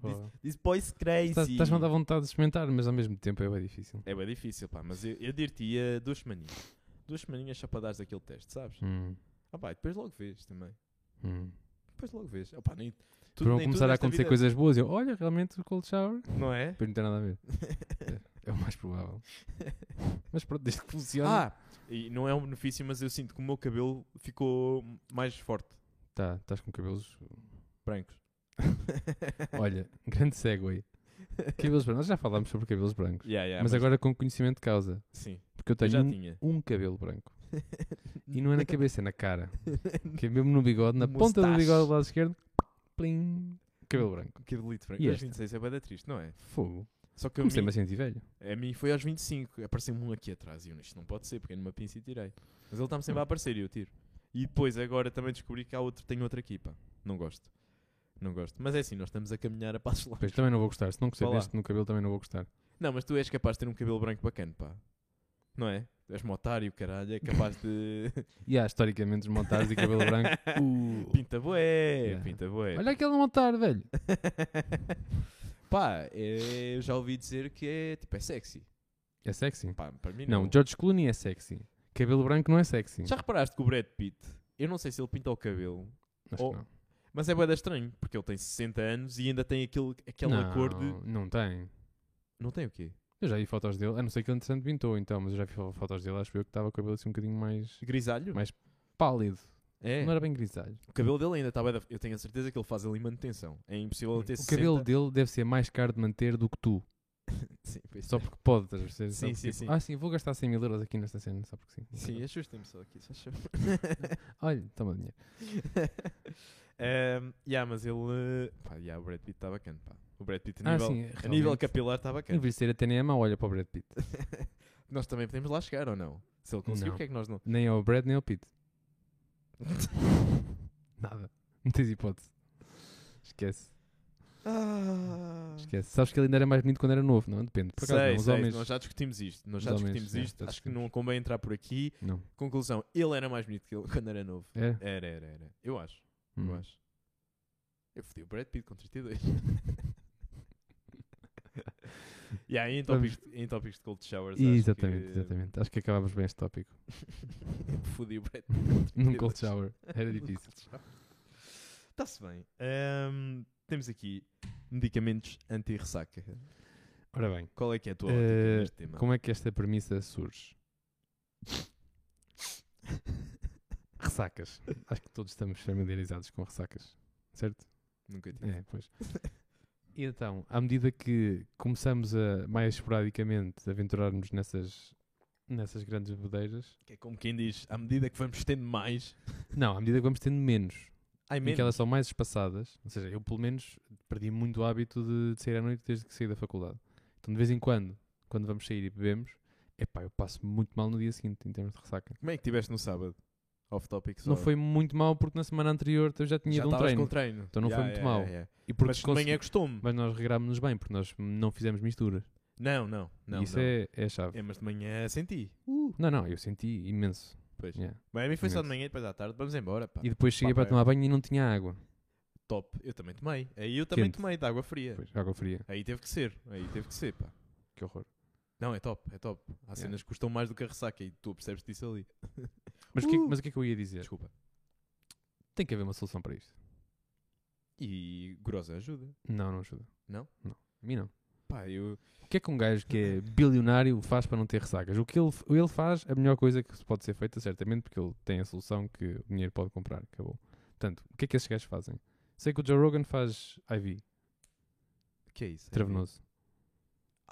[SPEAKER 1] Diz-
[SPEAKER 2] Foda.
[SPEAKER 1] This boy's crazy.
[SPEAKER 2] Estás- Estás-me a dar vontade de experimentar, mas ao mesmo tempo é bem difícil.
[SPEAKER 1] É bem difícil, pá, mas eu, eu dir-te-ia duas semaninhas. Duas semaninhas só para dares aquele teste, sabes?
[SPEAKER 2] Hum,
[SPEAKER 1] Ah pá, e depois logo vês também.
[SPEAKER 2] hum.
[SPEAKER 1] Depois logo vês. Ah pá, nem, tudo,
[SPEAKER 2] Para
[SPEAKER 1] nem
[SPEAKER 2] começar
[SPEAKER 1] tudo
[SPEAKER 2] a
[SPEAKER 1] nesta
[SPEAKER 2] acontecer
[SPEAKER 1] vida-
[SPEAKER 2] coisas boas, eu, olha, realmente o cold shower.
[SPEAKER 1] Não <laughs> é?
[SPEAKER 2] Depois não tem nada a ver. É o
[SPEAKER 1] <laughs>
[SPEAKER 2] mais provável. Mas pronto, desde que funciona.
[SPEAKER 1] ah! E não é um benefício, mas eu sinto que o meu cabelo ficou mais <laughs> forte.
[SPEAKER 2] Tá, estás com cabelos.
[SPEAKER 1] Brancos.
[SPEAKER 2] Olha, <laughs> grande segue. Cabelos brancos. Nós já falámos sobre cabelos
[SPEAKER 1] <laughs>
[SPEAKER 2] brancos.
[SPEAKER 1] Yeah, yeah,
[SPEAKER 2] mas agora com conhecimento de causa.
[SPEAKER 1] Sim,
[SPEAKER 2] Porque eu
[SPEAKER 1] É, eu
[SPEAKER 2] tenho
[SPEAKER 1] já
[SPEAKER 2] um,
[SPEAKER 1] <laughs> tinha.
[SPEAKER 2] um cabelo branco. E não
[SPEAKER 1] <laughs>
[SPEAKER 2] é na cabeça, é na cara. Que é mesmo no bigode, na ponta do
[SPEAKER 1] Mustache.
[SPEAKER 2] bigode do lado esquerdo. Plim, cabelo branco.
[SPEAKER 1] Que delito, Frank.
[SPEAKER 2] E
[SPEAKER 1] Aos
[SPEAKER 2] esta?
[SPEAKER 1] 26 é bem triste, não é?
[SPEAKER 2] Fogo.
[SPEAKER 1] Só que a
[SPEAKER 2] Comecei-me
[SPEAKER 1] mim-
[SPEAKER 2] a sentir velho.
[SPEAKER 1] A mim foi aos 25, apareceu-me um aqui atrás e eu, isto não pode ser, porque eu numa pinça e tirei. Mas ele está-me sempre a aparecer e eu tiro. E depois agora também descobri que há outro, tenho outro aqui, pá. Não gosto. Não gosto. Mas é assim, nós estamos a caminhar a passos lá.
[SPEAKER 2] Pois também não vou gostar. Se não gostei
[SPEAKER 1] Vá lá.
[SPEAKER 2] deste no cabelo, também não vou gostar.
[SPEAKER 1] Não, mas tu és capaz de ter um cabelo branco bacana, pá. Não é? Tu És motário, caralho, é capaz de...
[SPEAKER 2] E há historicamente os <laughs> montares e cabelo
[SPEAKER 1] <laughs>
[SPEAKER 2] branco. Uh.
[SPEAKER 1] Pinta boé,
[SPEAKER 2] Yeah.
[SPEAKER 1] pinta boé.
[SPEAKER 2] Olha aquele montar, velho.
[SPEAKER 1] <laughs> Pá, é- já ouvi dizer que é tipo, é sexy.
[SPEAKER 2] É sexy?
[SPEAKER 1] Pá, para mim não.
[SPEAKER 2] Não, George Clooney é sexy. Cabelo branco não é sexy.
[SPEAKER 1] Já reparaste que o Brad Pitt, eu não sei se ele pinta o cabelo,
[SPEAKER 2] Acho
[SPEAKER 1] Oh,
[SPEAKER 2] que não.
[SPEAKER 1] mas é boeda estranho, porque ele tem 60 anos e ainda tem aquele, aquela
[SPEAKER 2] não,
[SPEAKER 1] cor de.
[SPEAKER 2] Não tem.
[SPEAKER 1] Não tem o quê?
[SPEAKER 2] Eu já vi fotos dele, a não ser que ele entretanto pintou então, mas eu já vi fo- fotos dele, acho eu que estava com o cabelo assim um bocadinho mais
[SPEAKER 1] Grisalho?
[SPEAKER 2] Mas- pálido.
[SPEAKER 1] É.
[SPEAKER 2] Não era bem grisalho.
[SPEAKER 1] O cabelo dele ainda está boeda. Eu tenho a certeza que ele faz ali manutenção. É impossível ele ter
[SPEAKER 2] O cabelo
[SPEAKER 1] 60.
[SPEAKER 2] dele deve ser mais caro de manter do que tu.
[SPEAKER 1] <laughs> Sim, pois
[SPEAKER 2] Só
[SPEAKER 1] é.
[SPEAKER 2] porque pode, estás a perceber? Só
[SPEAKER 1] Sim,
[SPEAKER 2] porque,
[SPEAKER 1] sim,
[SPEAKER 2] tipo,
[SPEAKER 1] sim.
[SPEAKER 2] Ah, sim, vou gastar 100 mil euros aqui nesta cena, só porque sim.
[SPEAKER 1] Sim, ajustem-me só aqui, só
[SPEAKER 2] <laughs>
[SPEAKER 1] chama. <laughs>
[SPEAKER 2] Olha, toma dinheiro.
[SPEAKER 1] um, yeah, mas ele. eh, Pá, yeah, o Brad Pitt está bacana. Pá. O Brad Pitt a
[SPEAKER 2] ah,
[SPEAKER 1] nível,
[SPEAKER 2] sim,
[SPEAKER 1] a nível
[SPEAKER 2] realmente.
[SPEAKER 1] capilar está bacana.
[SPEAKER 2] Envelhecer até nem é mau, olha para o Brad Pitt.
[SPEAKER 1] Nós também podemos lá chegar ou não? Se ele conseguiu,
[SPEAKER 2] Não.
[SPEAKER 1] porque é que nós não?
[SPEAKER 2] Nem ao Brad, nem
[SPEAKER 1] <laughs>
[SPEAKER 2] ao Pitt. Nada. Não tens hipótese. Esquece.
[SPEAKER 1] Ah.
[SPEAKER 2] Esquece. Sabes que é ele ainda era mais bonito quando era novo, não? Depende. Por acaso,
[SPEAKER 1] sei,
[SPEAKER 2] não, os
[SPEAKER 1] sei,
[SPEAKER 2] homens.
[SPEAKER 1] nós já discutimos isto. Nós
[SPEAKER 2] os
[SPEAKER 1] já
[SPEAKER 2] homens,
[SPEAKER 1] discutimos
[SPEAKER 2] é,
[SPEAKER 1] isto.
[SPEAKER 2] já
[SPEAKER 1] Acho que
[SPEAKER 2] discutimos.
[SPEAKER 1] não convém entrar por aqui.
[SPEAKER 2] Não.
[SPEAKER 1] Conclusão, ele era mais bonito que ele <laughs> quando era novo.
[SPEAKER 2] É?
[SPEAKER 1] Era, era, era. Eu acho, eu
[SPEAKER 2] Hum.
[SPEAKER 1] acho. Eu fodi o Brad Pitt com
[SPEAKER 2] <laughs>
[SPEAKER 1] 32. yeah, e em, tópicos, em tópicos de cold showers acho
[SPEAKER 2] Exatamente,
[SPEAKER 1] que,
[SPEAKER 2] exatamente. Acho que acabámos bem este tópico.
[SPEAKER 1] <laughs> Fodi o Brad Pitt com 32.
[SPEAKER 2] <laughs> Num cold shower. Era difícil.
[SPEAKER 1] Está-se bem. Ahm, temos aqui medicamentos anti-ressaca.
[SPEAKER 2] Ora bem,
[SPEAKER 1] Qual é que é a tua
[SPEAKER 2] Eh,
[SPEAKER 1] ótica neste tema?
[SPEAKER 2] como é que esta
[SPEAKER 1] <laughs>
[SPEAKER 2] premissa surge? Ressacas. Acho que todos estamos familiarizados com ressacas, certo?
[SPEAKER 1] Nunca tive.
[SPEAKER 2] É, pois. E então, à medida que começamos a mais esporadicamente aventurar-nos nessas, nessas grandes
[SPEAKER 1] <laughs>
[SPEAKER 2] bodeiras,
[SPEAKER 1] Que é como quem diz, à medida que vamos tendo mais,
[SPEAKER 2] não, à medida que vamos tendo menos,
[SPEAKER 1] ai
[SPEAKER 2] e
[SPEAKER 1] menos.
[SPEAKER 2] que elas são mais espaçadas, ou seja, eu pelo menos perdi muito o hábito de, de sair à noite desde que saí da faculdade. Então, de vez em quando, quando vamos sair e bebemos, epá, eu passo muito mal no dia seguinte em termos de ressaca.
[SPEAKER 1] Como é que tiveste no sábado? Off topic só.
[SPEAKER 2] Não foi muito mal porque na semana anterior eu já tinha
[SPEAKER 1] já
[SPEAKER 2] ido a um
[SPEAKER 1] estavas
[SPEAKER 2] treino.
[SPEAKER 1] com treino.
[SPEAKER 2] Então não foi muito mau. E porque
[SPEAKER 1] Mas também é
[SPEAKER 2] consegui-
[SPEAKER 1] costume.
[SPEAKER 2] Mas nós regravámos-nos bem, porque nós não fizemos mistura.
[SPEAKER 1] Não, não, não.
[SPEAKER 2] Isso
[SPEAKER 1] não.
[SPEAKER 2] É, é a chave.
[SPEAKER 1] É, mas de manhã senti.
[SPEAKER 2] Não, não, eu senti imenso.
[SPEAKER 1] Pois.
[SPEAKER 2] Yeah.
[SPEAKER 1] Mas a mim foi só de
[SPEAKER 2] Imenso.
[SPEAKER 1] manhã e depois à tarde. Vamos embora, pá.
[SPEAKER 2] E depois cheguei para
[SPEAKER 1] bem.
[SPEAKER 2] tomar banho e não tinha água.
[SPEAKER 1] Top. Eu também tomei. Aí eu também
[SPEAKER 2] Quente.
[SPEAKER 1] tomei de água fria.
[SPEAKER 2] Pois, água fria,
[SPEAKER 1] Aí teve que ser. Aí teve que ser, pá.
[SPEAKER 2] que horror.
[SPEAKER 1] Não, é top, é top. Há
[SPEAKER 2] Yeah.
[SPEAKER 1] cenas que custam mais do que a ressaca e tu percebes disso ali.
[SPEAKER 2] Mas, o que, é que-
[SPEAKER 1] Uh!
[SPEAKER 2] mas o que é que eu ia dizer?
[SPEAKER 1] Desculpa.
[SPEAKER 2] Tem que haver uma solução para isto.
[SPEAKER 1] E grossa ajuda.
[SPEAKER 2] Não, não ajuda.
[SPEAKER 1] Não?
[SPEAKER 2] Não. A mim não.
[SPEAKER 1] Pá, eu.
[SPEAKER 2] O que é que um gajo que <laughs> é bilionário faz para não ter ressacas? O que ele, ele faz, a melhor coisa que pode ser feita, certamente, porque ele tem a solução que o dinheiro pode comprar. Acabou. Portanto, o que é que esses gajos fazem? Sei que o Joe Rogan faz IV,
[SPEAKER 1] Que é isso?
[SPEAKER 2] travenoso.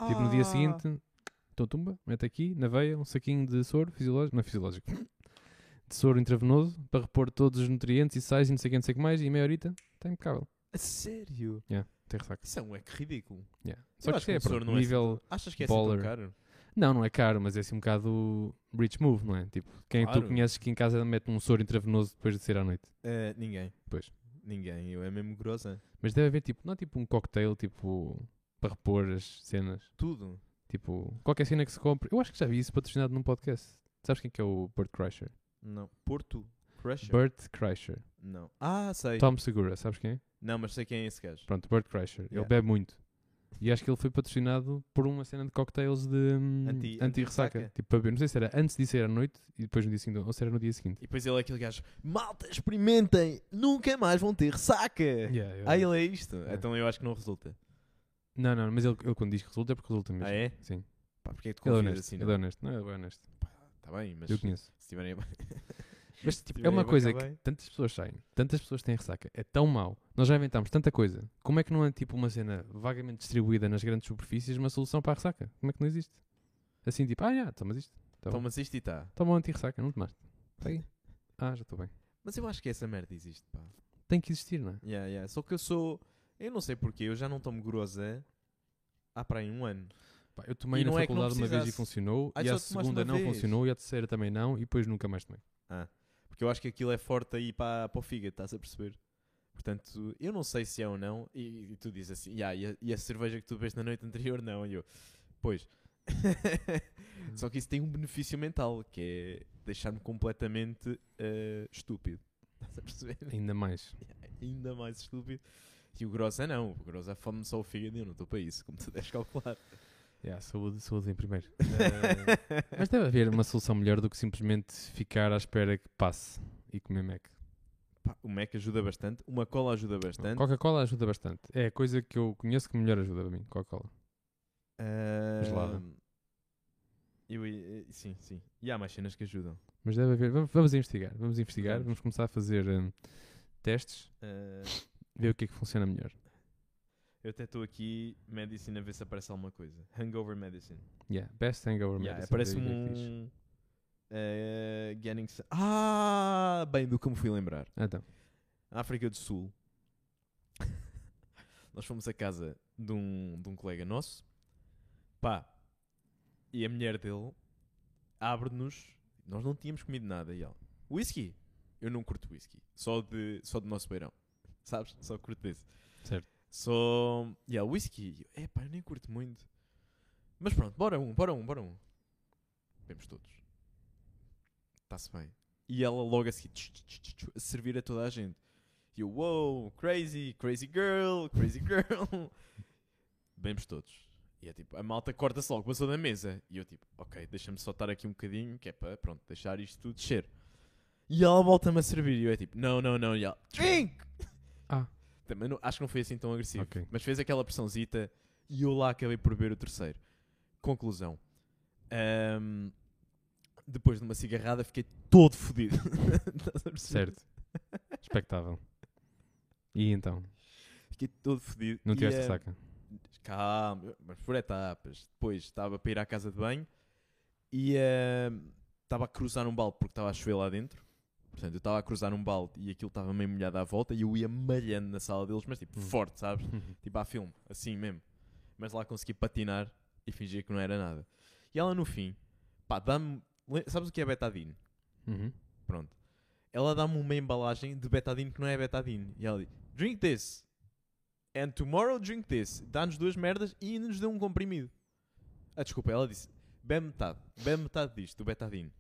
[SPEAKER 2] Tipo, no dia
[SPEAKER 1] Ah!
[SPEAKER 2] seguinte, então tumba, mete aqui, na veia, um saquinho de soro fisiológico, não é fisiológico, <coughs> de soro intravenoso, para repor todos os nutrientes e sais e não sei o que, não sei o que mais, e meia horita, está impecável.
[SPEAKER 1] A sério?
[SPEAKER 2] Tem ressaca.
[SPEAKER 1] Isso é um eco ridículo.
[SPEAKER 2] Yeah.
[SPEAKER 1] Eu
[SPEAKER 2] Só que
[SPEAKER 1] acho
[SPEAKER 2] isto
[SPEAKER 1] que
[SPEAKER 2] é,
[SPEAKER 1] um soro
[SPEAKER 2] pronto,
[SPEAKER 1] não é assim
[SPEAKER 2] nível...
[SPEAKER 1] Achas que é assim tão
[SPEAKER 2] Baller.
[SPEAKER 1] caro?
[SPEAKER 2] Não, não é caro, mas é assim um bocado rich move, não é? Tipo, quem
[SPEAKER 1] Claro.
[SPEAKER 2] tu conheces que em casa mete um soro intravenoso depois de sair à noite.
[SPEAKER 1] Eh, ninguém.
[SPEAKER 2] Pois.
[SPEAKER 1] Ninguém. Eu é mesmo grossa.
[SPEAKER 2] Mas deve haver tipo, não é tipo um cocktail, tipo, para repor as cenas.
[SPEAKER 1] Tudo.
[SPEAKER 2] Tipo, qualquer cena que se compre. Eu acho que já vi isso patrocinado num podcast. Sabes quem que é o Bert Kreischer?
[SPEAKER 1] Não. Porto. Crusher?
[SPEAKER 2] Bert Kreischer.
[SPEAKER 1] Não. Ah, sei.
[SPEAKER 2] Tom Segura, sabes quem é?
[SPEAKER 1] Não, mas sei quem é esse gajo.
[SPEAKER 2] Pronto, Bert Kreischer. Ele
[SPEAKER 1] Yeah.
[SPEAKER 2] bebe muito. E acho que ele foi patrocinado por uma cena de cocktails de hum,
[SPEAKER 1] Anti-
[SPEAKER 2] anti-ressaca.
[SPEAKER 1] anti-ressaca.
[SPEAKER 2] tipo, para beber. Não sei se era antes de sair à noite e depois no dia seguinte, ou se era no dia seguinte.
[SPEAKER 1] E depois ele é aquele gajo. Malta, experimentem. Nunca mais vão ter ressaca.
[SPEAKER 2] Yeah, eu-
[SPEAKER 1] Ah, ele é isto.
[SPEAKER 2] Yeah.
[SPEAKER 1] Então eu acho que não resulta.
[SPEAKER 2] Não, não, mas ele, ele quando diz que resulta é porque resulta mesmo.
[SPEAKER 1] Ah, é?
[SPEAKER 2] Sim.
[SPEAKER 1] Pá, porque é que tu
[SPEAKER 2] Ele é
[SPEAKER 1] confias
[SPEAKER 2] honesto.
[SPEAKER 1] assim?
[SPEAKER 2] ele é honesto. Não, ele é honesto.
[SPEAKER 1] Está bem, mas
[SPEAKER 2] Eu
[SPEAKER 1] se
[SPEAKER 2] conheço.
[SPEAKER 1] tiverem.
[SPEAKER 2] Mas
[SPEAKER 1] Se
[SPEAKER 2] tipo, é
[SPEAKER 1] tiverem
[SPEAKER 2] uma
[SPEAKER 1] a
[SPEAKER 2] coisa
[SPEAKER 1] bancar
[SPEAKER 2] que
[SPEAKER 1] bem.
[SPEAKER 2] tantas pessoas saem, tantas pessoas têm ressaca. É tão mau. Nós já inventámos tanta coisa. Como é que não é tipo uma cena vagamente distribuída nas grandes superfícies uma solução para a ressaca? Como é que não existe? Assim, tipo, ah, já, tomas isto. Tá bom.
[SPEAKER 1] Toma-se Então, isto e está.
[SPEAKER 2] Toma um anti-ressaca, não tomaste. Está aí. Ah, já estou bem.
[SPEAKER 1] Mas eu acho que essa merda existe, pá.
[SPEAKER 2] Tem que existir, não é?
[SPEAKER 1] Yeah, yeah. Só que eu sou. Eu não sei porquê, eu já não tomo grosa há para aí um ano.
[SPEAKER 2] Pá, eu tomei
[SPEAKER 1] E
[SPEAKER 2] na
[SPEAKER 1] não é que não
[SPEAKER 2] faculdade uma vez e
[SPEAKER 1] precisasse.
[SPEAKER 2] funcionou,
[SPEAKER 1] Ah,
[SPEAKER 2] e
[SPEAKER 1] só
[SPEAKER 2] a
[SPEAKER 1] tomaste uma
[SPEAKER 2] segunda não
[SPEAKER 1] vez.
[SPEAKER 2] funcionou, e a terceira também não, e depois nunca mais tomei.
[SPEAKER 1] Porque eu acho que aquilo é forte aí para, para o fígado, estás a perceber? Portanto, eu não sei se é ou não. E, e tu dizes assim, "Ya, e, a, e a cerveja que tu bebes na noite <laughs> anterior, não. E eu, pois. <laughs> Só que isso tem um benefício mental, que é deixar-me <laughs> completamente eh, estúpido. Estás a perceber?
[SPEAKER 2] Ainda mais.
[SPEAKER 1] Ainda mais estúpido. E o Grossa não, o Grossa fome só o fígado e eu não estou para isso, como tu deves calcular. É,
[SPEAKER 2] Yeah, saúde, saúde em primeiro. Eh, mas deve haver uma solução melhor do que simplesmente ficar à espera que passe e comer Mac.
[SPEAKER 1] Pá, o Mac ajuda bastante, uma cola ajuda bastante.
[SPEAKER 2] Coca-Cola ajuda bastante. É a coisa que eu conheço que melhor ajuda a mim, Coca-Cola.
[SPEAKER 1] Ah,
[SPEAKER 2] Gelada.
[SPEAKER 1] eu ia- sim, sim. E há mais cenas que ajudam.
[SPEAKER 2] Mas deve haver. Vamos, vamos investigar. Vamos investigar.
[SPEAKER 1] Vamos.
[SPEAKER 2] Vamos, começar a fazer eh, testes,
[SPEAKER 1] Ah,
[SPEAKER 2] ver o que é que funciona melhor.
[SPEAKER 1] eu até estou aqui, medicine, a ver se aparece alguma coisa. Hangover medicine.
[SPEAKER 2] Yeah. Best hangover
[SPEAKER 1] Yeah,
[SPEAKER 2] medicine.
[SPEAKER 1] Aparece-me
[SPEAKER 2] Daí é que diz.
[SPEAKER 1] um. eh, getting s- Ah! Bem, do que me fui lembrar.
[SPEAKER 2] Ah, então.
[SPEAKER 1] Na África do Sul, <laughs> nós fomos à casa de um, de um colega nosso, pá, e a mulher dele abre-nos. Nós não tínhamos comido nada, e ela, whisky? Eu não curto whisky, só de, só do nosso beirão, sabes? Só curto desse.
[SPEAKER 2] Certo.
[SPEAKER 1] Só, e ela, whisky? É pá, eu nem curto muito. Mas pronto, bora um, bora um, bora um. Vemos todos. Está-se bem. E ela logo assim, tch, tch, tch, tch, tch, a servir a toda a gente. E eu, wow, crazy, crazy girl, crazy girl. <laughs> Vemos todos. E é tipo, a malta corta-se logo, passou da mesa. E eu tipo, ok, deixa-me só estar aqui um bocadinho, que é para, pronto, deixar isto tudo descer. E ela volta-me a servir. E eu é tipo, não, não, não. E ela, drink!
[SPEAKER 2] Ah.
[SPEAKER 1] Também não, acho que não foi assim tão agressivo.
[SPEAKER 2] Ok.
[SPEAKER 1] Mas fez aquela pressãozita e eu lá acabei por beber o terceiro. Conclusão. Ahm, depois de uma cigarrada fiquei todo fodido. <laughs> Estás a perceber?
[SPEAKER 2] Certo. Expectável. E então?
[SPEAKER 1] Fiquei todo fodido.
[SPEAKER 2] Não
[SPEAKER 1] E,
[SPEAKER 2] tiveste
[SPEAKER 1] eh, <laughs>
[SPEAKER 2] ressaca?
[SPEAKER 1] Calma, mas por etapas. Depois estava para ir à casa de banho e eh, estava a cruzar um balde porque estava a chover lá dentro. Portanto, eu estava a cruzar um balde e aquilo estava meio molhado à volta e eu ia malhando na sala deles, mas tipo
[SPEAKER 2] Hum.
[SPEAKER 1] forte, sabes? Tipo a filme, assim mesmo. Mas lá consegui patinar e fingir que não era nada. E ela no fim, pá, dá-me. le- Sabes o que é betadine?
[SPEAKER 2] Uhum.
[SPEAKER 1] Pronto. Ela dá-me uma embalagem de betadine que não é betadine. E ela diz: Drink this. And tomorrow drink this. Dá-nos duas merdas e ainda nos deu um comprimido. Ah, desculpa, ela disse: Bebe metade. Bebe metade disto, do betadine.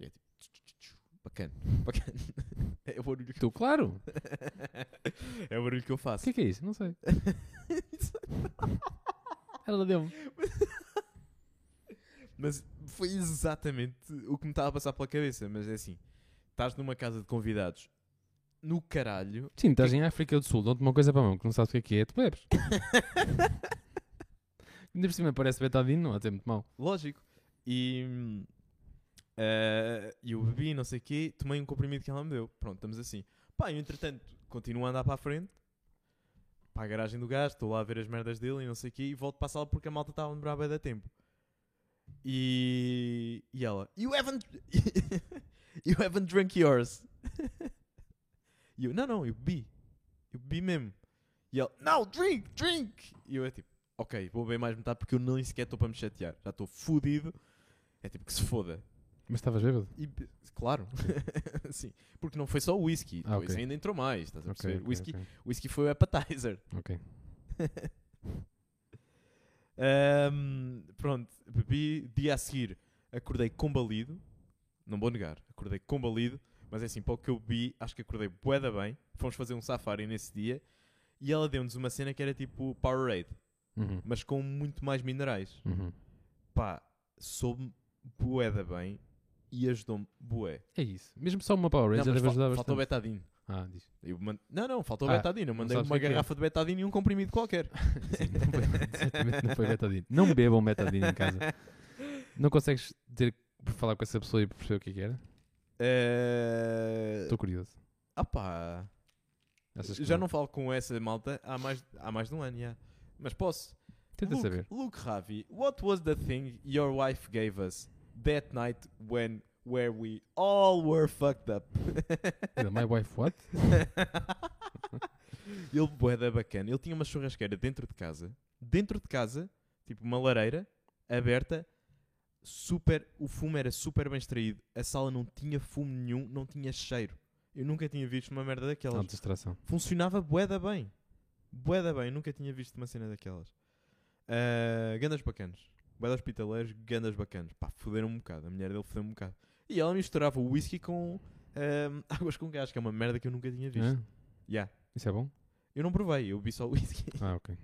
[SPEAKER 1] E é tipo: tch, tch, tch, tch. Bacana, <laughs> bacana. É o barulho que <laughs> eu,
[SPEAKER 2] Tu, claro!
[SPEAKER 1] é o barulho que eu
[SPEAKER 2] O
[SPEAKER 1] faço.
[SPEAKER 2] que é que é isso?
[SPEAKER 1] <laughs>
[SPEAKER 2] Não sei. Ela deu-me.
[SPEAKER 1] Mas foi exatamente o que me estava a passar pela cabeça. Mas é assim: estás numa casa de convidados no
[SPEAKER 2] <laughs>
[SPEAKER 1] caralho.
[SPEAKER 2] Sim, estás em África do Sul, dão-te uma coisa para a mão que não sabes o que é que é, tu bebes. Ainda por cima parece betadine, não há de ser muito mal.
[SPEAKER 1] Lógico. E hum, eh, eu bebi, não sei o quê, tomei um comprimido que ela me deu. Pronto, estamos assim. Pá, eu, entretanto, continuo a andar para a frente, para a garagem do gajo, estou lá a ver as merdas dele e não sei o quê, e volto para a sala porque a malta estava a demorar bem da tempo. E, e ela, You haven't. <laughs> you haven't drunk yours. <laughs> e eu, Não, não, eu bebi. Eu bebi mesmo. E ela, Não, drink, drink. E eu é tipo, Ok, vou beber mais metade porque eu nem sequer estou para me chatear. Já estou fodido. É tipo que se foda.
[SPEAKER 2] Mas estavas bêbado?
[SPEAKER 1] E, be- claro. <laughs> Sim. Porque não foi só o whisky.
[SPEAKER 2] Ah,
[SPEAKER 1] Depois
[SPEAKER 2] ok.
[SPEAKER 1] ainda entrou mais. Estás a
[SPEAKER 2] Ok,
[SPEAKER 1] perceber?
[SPEAKER 2] ok,
[SPEAKER 1] whisky,
[SPEAKER 2] ok.
[SPEAKER 1] whisky foi o appetizer.
[SPEAKER 2] Ok.
[SPEAKER 1] <laughs> Ahm, pronto, bebi dia a seguir. Acordei combalido. Não vou negar, acordei combalido. Mas é assim, para o que eu bebi, acho que acordei boeda bem. Fomos fazer um safari nesse dia. E ela deu-nos uma cena que era tipo Powerade,
[SPEAKER 2] Uhum.
[SPEAKER 1] mas com muito mais minerais.
[SPEAKER 2] Uhum.
[SPEAKER 1] Pá, soube-me bué da bem e ajudou-me bué.
[SPEAKER 2] É isso. Mesmo só uma Power
[SPEAKER 1] Não,
[SPEAKER 2] Ranger
[SPEAKER 1] mas
[SPEAKER 2] deve
[SPEAKER 1] fal-
[SPEAKER 2] ajudar
[SPEAKER 1] faltou
[SPEAKER 2] bastante.
[SPEAKER 1] betadine.
[SPEAKER 2] Ah, diz.
[SPEAKER 1] Eu man- Não, não, faltou
[SPEAKER 2] Ah,
[SPEAKER 1] betadine. Eu mandei
[SPEAKER 2] sabes
[SPEAKER 1] uma
[SPEAKER 2] o que é que é.
[SPEAKER 1] garrafa de betadine e um comprimido qualquer.
[SPEAKER 2] Não foi- <laughs> Certamente não foi betadine. Não bebam betadine em casa. Não consegues ter, falar com essa pessoa e perceber o que é que era?
[SPEAKER 1] <laughs> Eh,
[SPEAKER 2] Estou curioso.
[SPEAKER 1] Ah pá,
[SPEAKER 2] Achas que
[SPEAKER 1] já não falo com essa malta há mais, há mais de um ano, já. mas posso.
[SPEAKER 2] Tenta
[SPEAKER 1] Luke,
[SPEAKER 2] saber.
[SPEAKER 1] Luke Ravi, what was the thing your wife gave us that night when where we all were fucked up? <laughs>
[SPEAKER 2] My wife what?
[SPEAKER 1] <laughs> ele boeda bacana. Ele tinha uma churrasqueira dentro de casa. Dentro de casa, tipo uma lareira aberta. Super, o fumo era super bem extraído. A sala não tinha fumo nenhum, não tinha cheiro. Eu nunca tinha visto uma merda daquelas.
[SPEAKER 2] Alta distração.
[SPEAKER 1] Funcionava boeda bem. Boeda bem, nunca tinha visto uma cena daquelas. Ah, gandas bacanas. Boeda hospitaleiros, gandas bacanas. Pá, foderam um bocado. A mulher dele fodeu um bocado. E ela misturava <laughs> o whisky com ah, águas com gás, que é uma merda que eu nunca tinha visto.
[SPEAKER 2] Ah,
[SPEAKER 1] Yeah.
[SPEAKER 2] isso é bom?
[SPEAKER 1] Eu não provei, eu vi só o whisky. <laughs>
[SPEAKER 2] Ah, ok.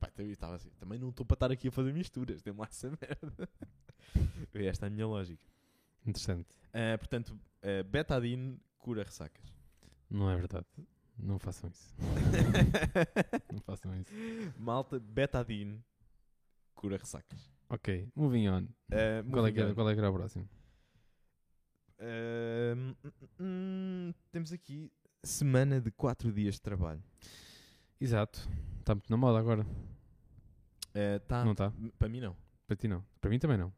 [SPEAKER 1] Pá, então eu estava assim, também não estou para estar aqui a fazer misturas, dê-me lá essa
[SPEAKER 2] <laughs>
[SPEAKER 1] merda. Esta é a minha lógica.
[SPEAKER 2] Interessante.
[SPEAKER 1] Ah, portanto, ah, betadine cura
[SPEAKER 2] <laughs>
[SPEAKER 1] ressacas.
[SPEAKER 2] Não é verdade. Não façam isso. <laughs> Não façam isso.
[SPEAKER 1] Malta, betadine cura ressacas.
[SPEAKER 2] Ok, moving on.
[SPEAKER 1] Ah,
[SPEAKER 2] Qual é, que era,
[SPEAKER 1] moving on.
[SPEAKER 2] qual é que era o próximo?
[SPEAKER 1] Ah, hum, hum, temos aqui semana de 4 dias de trabalho.
[SPEAKER 2] Exato. Está muito na moda agora.
[SPEAKER 1] Ah, tá,
[SPEAKER 2] Não está?
[SPEAKER 1] Para mim não.
[SPEAKER 2] Para ti não. Para mim também não.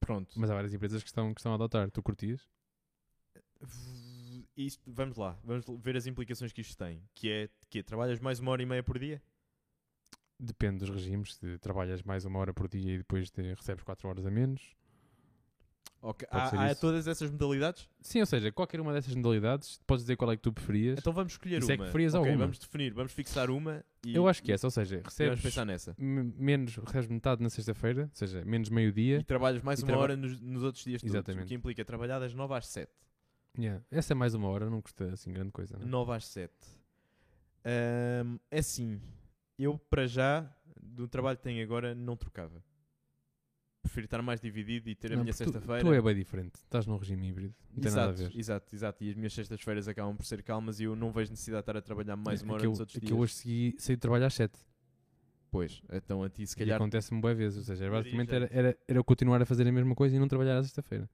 [SPEAKER 1] Pronto.
[SPEAKER 2] Mas há várias empresas que estão, que estão a adotar. Tu curtias?
[SPEAKER 1] V- Isto, vamos lá, vamos l- ver as implicações que isto tem. Que é que trabalhas mais uma hora e meia por dia?
[SPEAKER 2] Depende dos regimes. Se trabalhas mais uma hora por dia e depois te- recebes quatro horas a menos.
[SPEAKER 1] Ok,
[SPEAKER 2] Pode ser
[SPEAKER 1] Há, há
[SPEAKER 2] isso.
[SPEAKER 1] todas essas modalidades?
[SPEAKER 2] Sim, ou seja, qualquer uma dessas modalidades, podes dizer qual é que tu preferias.
[SPEAKER 1] Então vamos escolher
[SPEAKER 2] Isso
[SPEAKER 1] uma.
[SPEAKER 2] é que preferias
[SPEAKER 1] Ok,
[SPEAKER 2] alguma.
[SPEAKER 1] Vamos definir, vamos fixar uma e
[SPEAKER 2] Eu acho que é. essa, ou seja,
[SPEAKER 1] e vamos
[SPEAKER 2] recebes,
[SPEAKER 1] pensar nessa.
[SPEAKER 2] me- menos, recebes metade na sexta-feira, ou seja, menos meio-dia.
[SPEAKER 1] E trabalhas mais
[SPEAKER 2] É. E
[SPEAKER 1] uma
[SPEAKER 2] traba-
[SPEAKER 1] hora nos, nos outros dias todos. O
[SPEAKER 2] Exatamente.
[SPEAKER 1] que implica trabalhar das 9 às 7.
[SPEAKER 2] Yeah. Essa é mais uma hora, não custa assim grande coisa. Não? é?
[SPEAKER 1] 9 às 7. Ahm, é assim, eu para já, do trabalho que tenho agora, não trocava. Prefiro estar mais dividido e ter a
[SPEAKER 2] Não,
[SPEAKER 1] minha
[SPEAKER 2] porque tu-
[SPEAKER 1] sexta-feira.
[SPEAKER 2] Tu é bem diferente, estás num regime híbrido, não tem nada a
[SPEAKER 1] Exato,
[SPEAKER 2] ver.
[SPEAKER 1] exato, exato. E as minhas sextas-feiras acabam por ser calmas e eu não vejo necessidade de estar a trabalhar mais
[SPEAKER 2] É
[SPEAKER 1] uma hora
[SPEAKER 2] que eu,
[SPEAKER 1] nos outros
[SPEAKER 2] é que
[SPEAKER 1] dias.
[SPEAKER 2] eu hoje segui, saí de trabalho às 7.
[SPEAKER 1] Pois, então a ti se
[SPEAKER 2] Se calhar
[SPEAKER 1] calhar.
[SPEAKER 2] acontece-me boas vezes, ou seja,
[SPEAKER 1] Não daria
[SPEAKER 2] basicamente era,
[SPEAKER 1] jeito.
[SPEAKER 2] era, era eu continuar a fazer a mesma coisa e não trabalhar à sexta-feira.